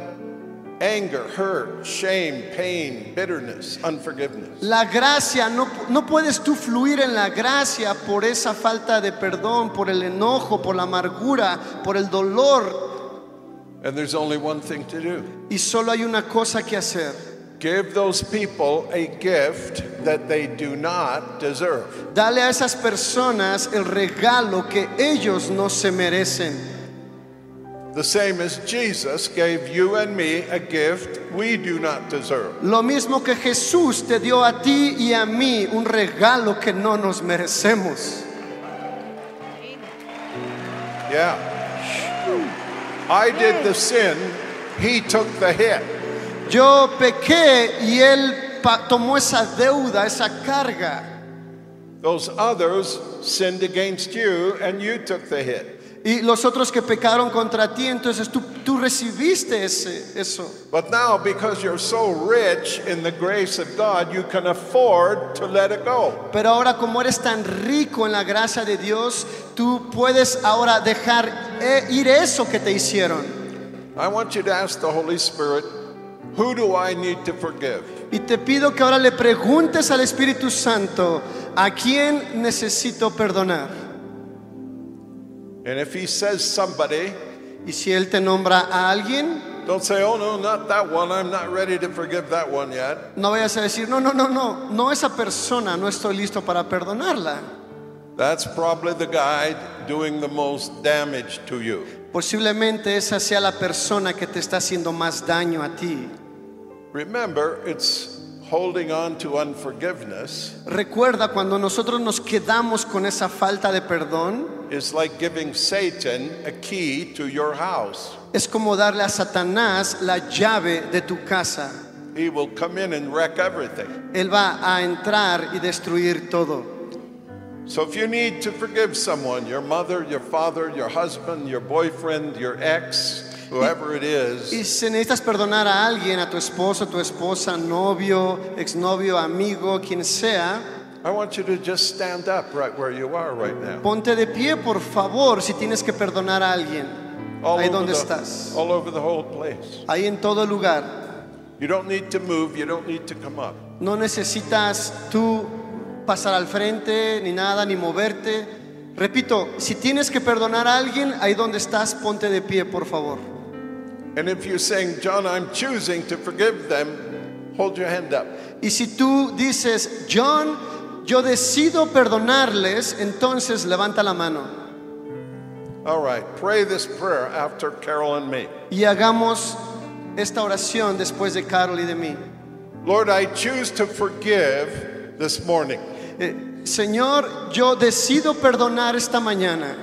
anger, hurt, shame, pain, bitterness, unforgiveness. La gracia, no, no puedes tú fluir en la gracia por esa falta de perdón, por el enojo, por la amargura, por el dolor. And there's only one thing to do. Y solo hay una cosa que hacer. Give those people a gift that they do not deserve. Dale a esas personas el regalo que ellos no se merecen. The same as Jesus gave you and me a gift we do not deserve. Lo mismo que Jesús te dio a ti y a mí un regalo que no nos merecemos. Yeah. I did the sin, he took the hit. Yo pequé y Él pa- tomó esa deuda, esa carga. Those others sinned against you and you took the hit. Y los otros que pecaron contra ti, entonces tú, tú recibiste ese, eso. But now, because you're so rich in the grace of God, you can afford to let it go. Pero ahora como eres tan rico en la gracia de Dios, tú puedes ahora dejar eh, ir eso que te hicieron. I want you to ask the Holy Spirit, who do I need to forgive? Y te pido que ahora le preguntes al Espíritu Santo, ¿a quién necesito perdonar? And if he says somebody, Y si Él te nombra a alguien, don't say, oh no, not that one. I'm not ready to forgive that one yet. no vayas a decir, no, no, no, no, no esa persona, no estoy listo para perdonarla. That's probably the guy doing the most damage to you. Posiblemente esa sea la persona que te está haciendo más daño a ti. Remember, it's holding on to unforgiveness Recuerda, cuando nosotros nos quedamos con esa falta de perdón, is like giving Satan a key to your house. es como darle a Satanás la llave de tu casa. He will come in and wreck everything. Él va a entrar y destruir todo. So if you need to forgive someone, your mother, your father, your husband, your boyfriend, your ex, whoever it is, Y si necesitas perdonar a alguien, a tu esposo, tu esposa, novio, exnovio, amigo, quien sea, I want you to just stand up right where you are right now. ponte de pie, por favor, si tienes que perdonar a alguien. All ahí over donde the- estás. All over the whole place. Ahí en todo lugar. You don't need to move, you don't need to come up. No necesitas tú pasar al frente, ni nada, ni moverte. Repito, si tienes que perdonar a alguien, ahí donde estás, ponte de pie, por favor. And if you're saying, John, I'm choosing to forgive them, hold your hand up. Y si tú dices, John, yo decido perdonarles, entonces levanta la mano All right, pray this prayer after Carol and me. y hagamos esta oración después de Carol y de mí. Lord, I choose to forgive this morning. Eh, Señor, yo decido perdonar esta mañana.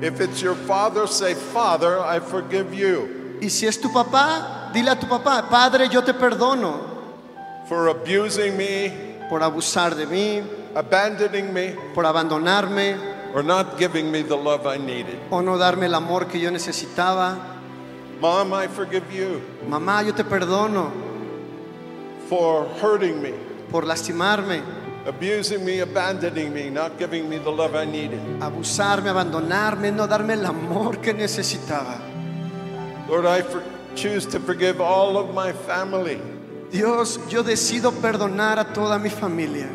If it's your father, say, Father, I forgive you Y si es tu papá, dile a tu papá, Padre, yo te perdono for abusing me, por abusar de mí, abandoning me, por abandonarme or not giving me the love I needed. o no darme el amor que yo necesitaba. Mom, I forgive you Mamá, yo te perdono for hurting me, por lastimarme, abusing me, abandoning me, not giving me the love I needed. abusarme, abandonarme, no darme el amor que necesitaba. Lord, I for- choose to forgive all of my family, Dios, yo decido perdonar a toda mi familia,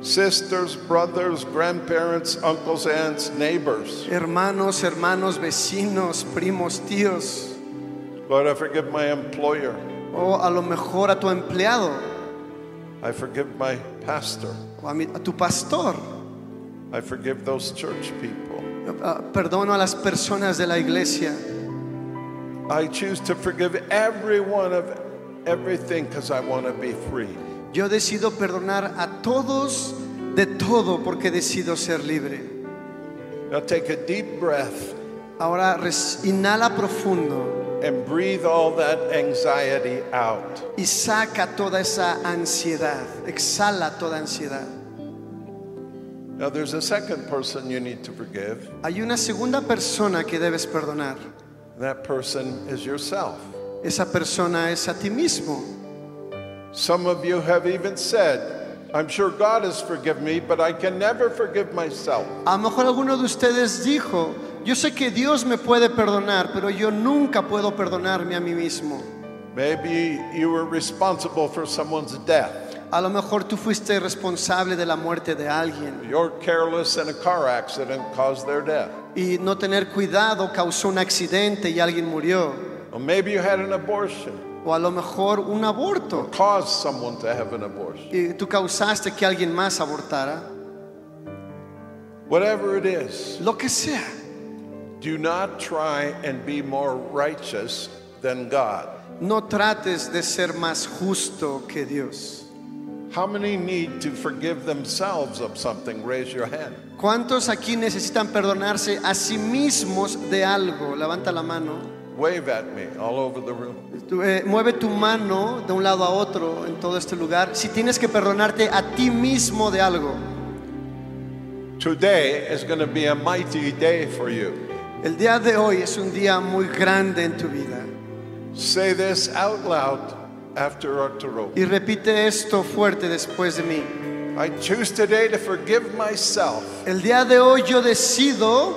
sisters, brothers, grandparents, uncles, aunts, neighbors. hermanos, hermanos, vecinos, primos, tíos, Lord, I forgive my employer. o a lo mejor a tu empleado, I forgive my pastor. o a, mi- a tu pastor. I forgive those church people. Yo, ah, Perdono a las personas de la iglesia. I choose to forgive everyone of everything because I want to be free. Yo decido perdonar a todos de todo porque decido ser libre. Now take a deep breath Ahora res- inhala profundo and breathe all that anxiety out. y saca toda esa ansiedad, exhala toda ansiedad. Now there's a second person you need to forgive. Hay una segunda persona que debes perdonar. That person is yourself. Esa persona es a ti mismo. Some of you have even said, I'm sure God has forgiven me, but I can never forgive myself. A lo mejor alguno de ustedes dijo, yo sé que Dios me puede perdonar, pero yo nunca puedo perdonarme a mí mismo. Maybe you were responsible for someone's death. A lo mejor tú fuiste responsable de la muerte de alguien You're careless and a car accident caused their death. y no tener cuidado causó un accidente y alguien murió. Or maybe you had an abortion, O a lo mejor un aborto caused someone to have an abortion. y tú causaste que alguien más abortara. Whatever it is, Lo que sea. do not try and be more righteous than God. No trates de ser más justo que Dios. How many need to forgive themselves of something? Raise your hand. ¿Cuántos aquí necesitan perdonarse a sí mismos de algo? Levanta la mano. Wave at me all over the room. Tú, eh, mueve tu mano de un lado a otro en todo este lugar. Si tienes que perdonarte a ti mismo de algo, Today is going to be a mighty day for you. el día de hoy es un día muy grande en tu vida. Say this out loud after Arturo. Y repite esto fuerte después de mí. I choose today to forgive myself El día de hoy yo decido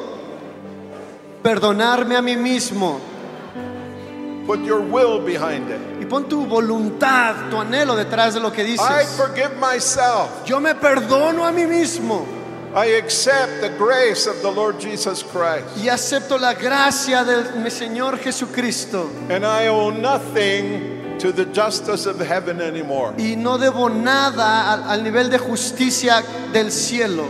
perdonarme a mí mismo. Put your will behind it. Y pon tu voluntad, tu anhelo detrás de lo que I dices. forgive myself. Yo me perdono a mí mismo I accept the grace of the Lord Jesus Christ. y acepto la gracia de mi Señor Jesucristo. And I owe nothing to the justice of heaven anymore. y no debo nada al, al nivel de justicia del cielo.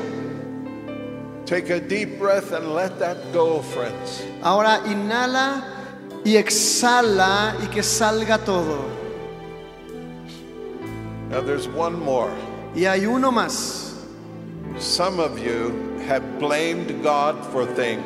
Take a deep breath and let that go, friends. Ahora inhala y exhala y que salga todo. Now, there's one more. Y hay uno más. Some of you have blamed God for things,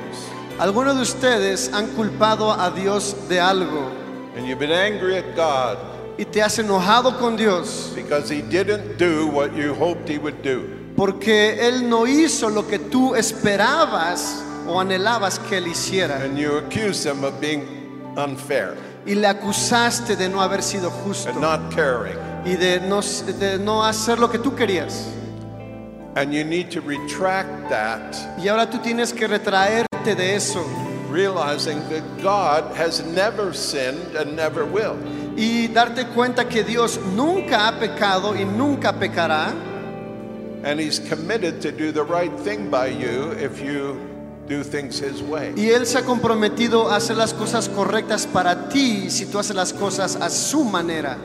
Algunos de ustedes han culpado a Dios de algo and you've been angry at God y te has enojado con Dios because He didn't do what you hoped He would do. porque Él no hizo lo que tú esperabas o anhelabas que Él hiciera And you accuse Him of being unfair y le acusaste de no haber sido and justo not caring. y de no, de no hacer lo que tú querías. And you need to retract that, Y ahora tú tienes que retraerte de eso realizing that God has never sinned and never will. y darte cuenta que Dios nunca ha pecado y nunca pecará. And He's committed to do the right thing by you if you do things His way. Y Él se ha comprometido a hacer las cosas correctas para ti si tú haces las cosas a su manera.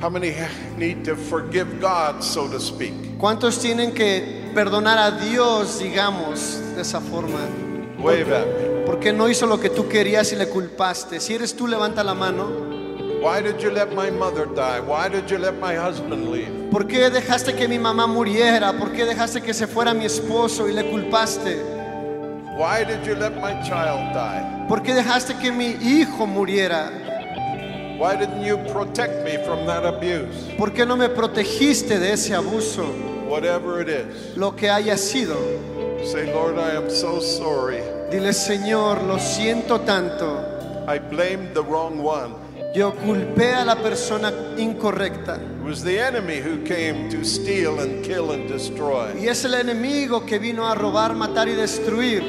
How many need to forgive God, so to speak? ¿Cuántos tienen que perdonar a Dios, digamos, de esa forma? Wave at me. Porque no hizo lo que tú querías y le culpaste. Si eres tú, levanta la mano. Why did you let my mother die? Why did you let my husband leave? ¿Por qué dejaste que mi mamá muriera? ¿Por qué dejaste que se fuera mi esposo y le culpaste? Why did you let my child die? ¿Por qué dejaste que mi hijo muriera? Why didn't you protect me from that abuse? ¿Por qué no me protegiste de ese abuso? Whatever it is, Lo que haya sido. say, Lord, I am so sorry. Dile, Señor, lo siento tanto. I blamed the wrong one. Yo culpé a la persona incorrecta. It was the enemy who came to steal and kill and destroy. Y es el enemigo que vino a robar, matar y destruir.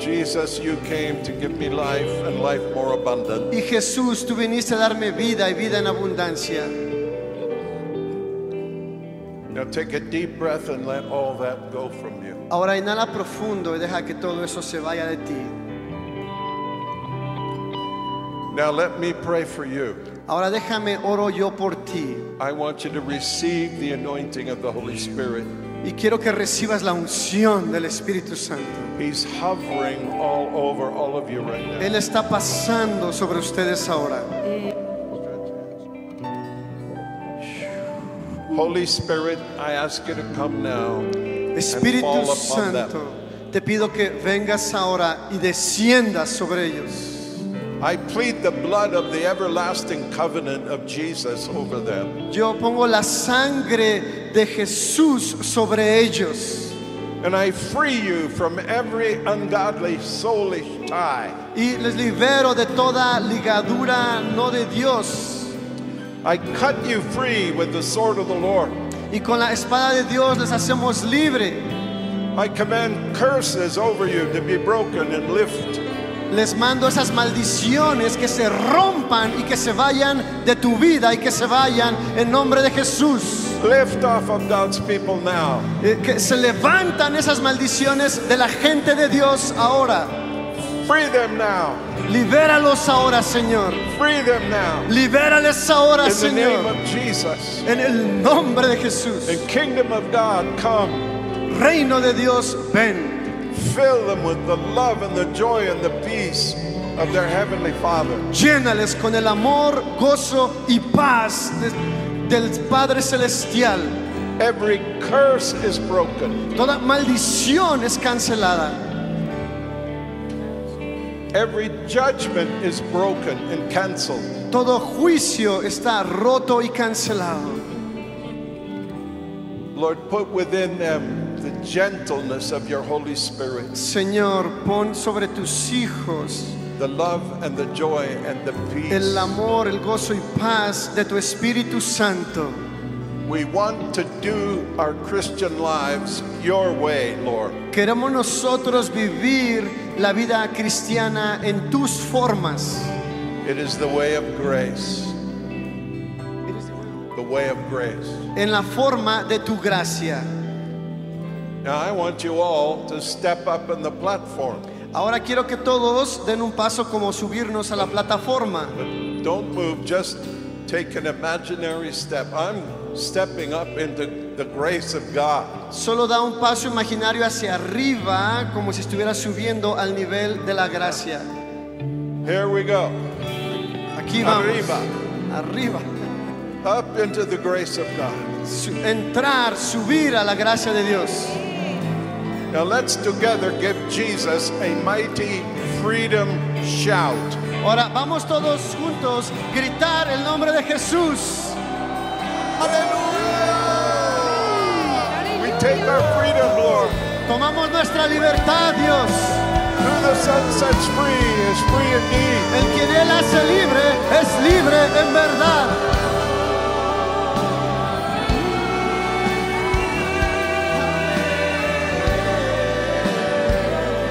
Jesus, you came to give me life and life more abundant. Y Jesús, tú viniste a darme vida y vida en abundancia. Now take a deep breath and let all that go from you. Ahora inhala profundo y deja que todo eso se vaya de ti. Now let me pray for you. Ahora déjame oro yo por ti. I want you to receive the anointing of the Holy Spirit. Y quiero que recibas la unción del Espíritu Santo. He's hovering all over all of you right now. Él está pasando sobre ustedes ahora. Holy Spirit, I ask you to come now. Espíritu And fall upon them. Santo, te pido que vengas ahora y desciendas sobre ellos. I plead the blood of the everlasting covenant of Jesus over them. Yo pongo la sangre de Jesús sobre ellos And I free you from every ungodly soulish tie. y les libero de toda ligadura no de Dios. I cut you free with the sword of the Lord. Y con la espada de Dios les hacemos libre. I command curses over you to be broken and lift. Les mando esas maldiciones que se rompan y que se vayan de tu vida y que se vayan en nombre de Jesús. Lift off of God's people now. Eh, que se levantan esas maldiciones de la gente de Dios ahora. Free them now. Libéralos ahora, Señor. Free them now. Libérales ahora, In the name Señor. of Jesus. En el nombre de Jesús. The kingdom of God come. Reino de Dios, ven. Fill them with the love and the joy and the peace of their Heavenly Father. Llénales con el amor, gozo y paz de- del Padre Celestial. Every curse is broken, Toda maldición es cancelada. every judgment is broken and canceled. Todo juicio está roto y cancelado. Lord, put within them the gentleness of your Holy Spirit, Señor, pon sobre tus hijos the love and the joy and the el peace. amor, el gozo y paz de tu Espíritu Santo. We want to do our Christian lives your way, Lord. Queremos nosotros vivir la vida cristiana en tus formas. It is the way of grace. The way of grace. en la forma de tu gracia. Now I want you all to step up on the platform. Ahora quiero que todos den un paso como subirnos a la plataforma. But don't move, just take an imaginary step. I'm stepping up into the grace of God. Solo da un paso imaginario hacia arriba, como si estuviera subiendo al nivel de la gracia. Here we go, Aquí vamos. Arriba. Arriba. up into the grace of God. Su- entrar, subir a la gracia de Dios. Now let's together give Jesus a mighty freedom shout. Ahora vamos todos juntos gritar el nombre de Jesús. Hallelujah! We take our freedom, Lord. Tomamos nuestra libertad, Dios. Who the sun sets free is free indeed. El quien Él hace libre es libre en verdad.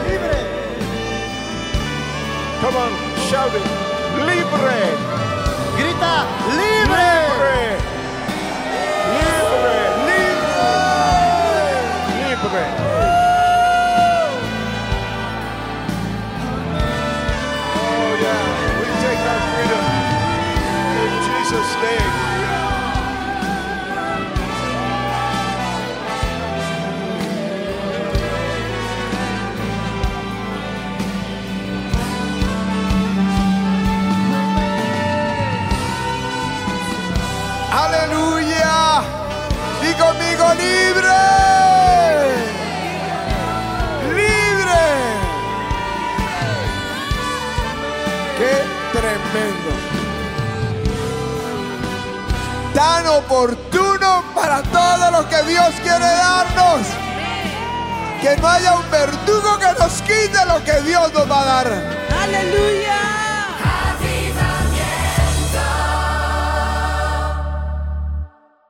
Libre. Come on, shout it. Libre! Grita, libre. Libre. Libre. Libre. Oh, yeah. We take our freedom in Jesus' name. Aleluya. Di conmigo libre. Libre. Qué tremendo. Tan oportuno para todo lo que Dios quiere darnos. Que no haya un verdugo que nos quite lo que Dios nos va a dar. Hallelujah.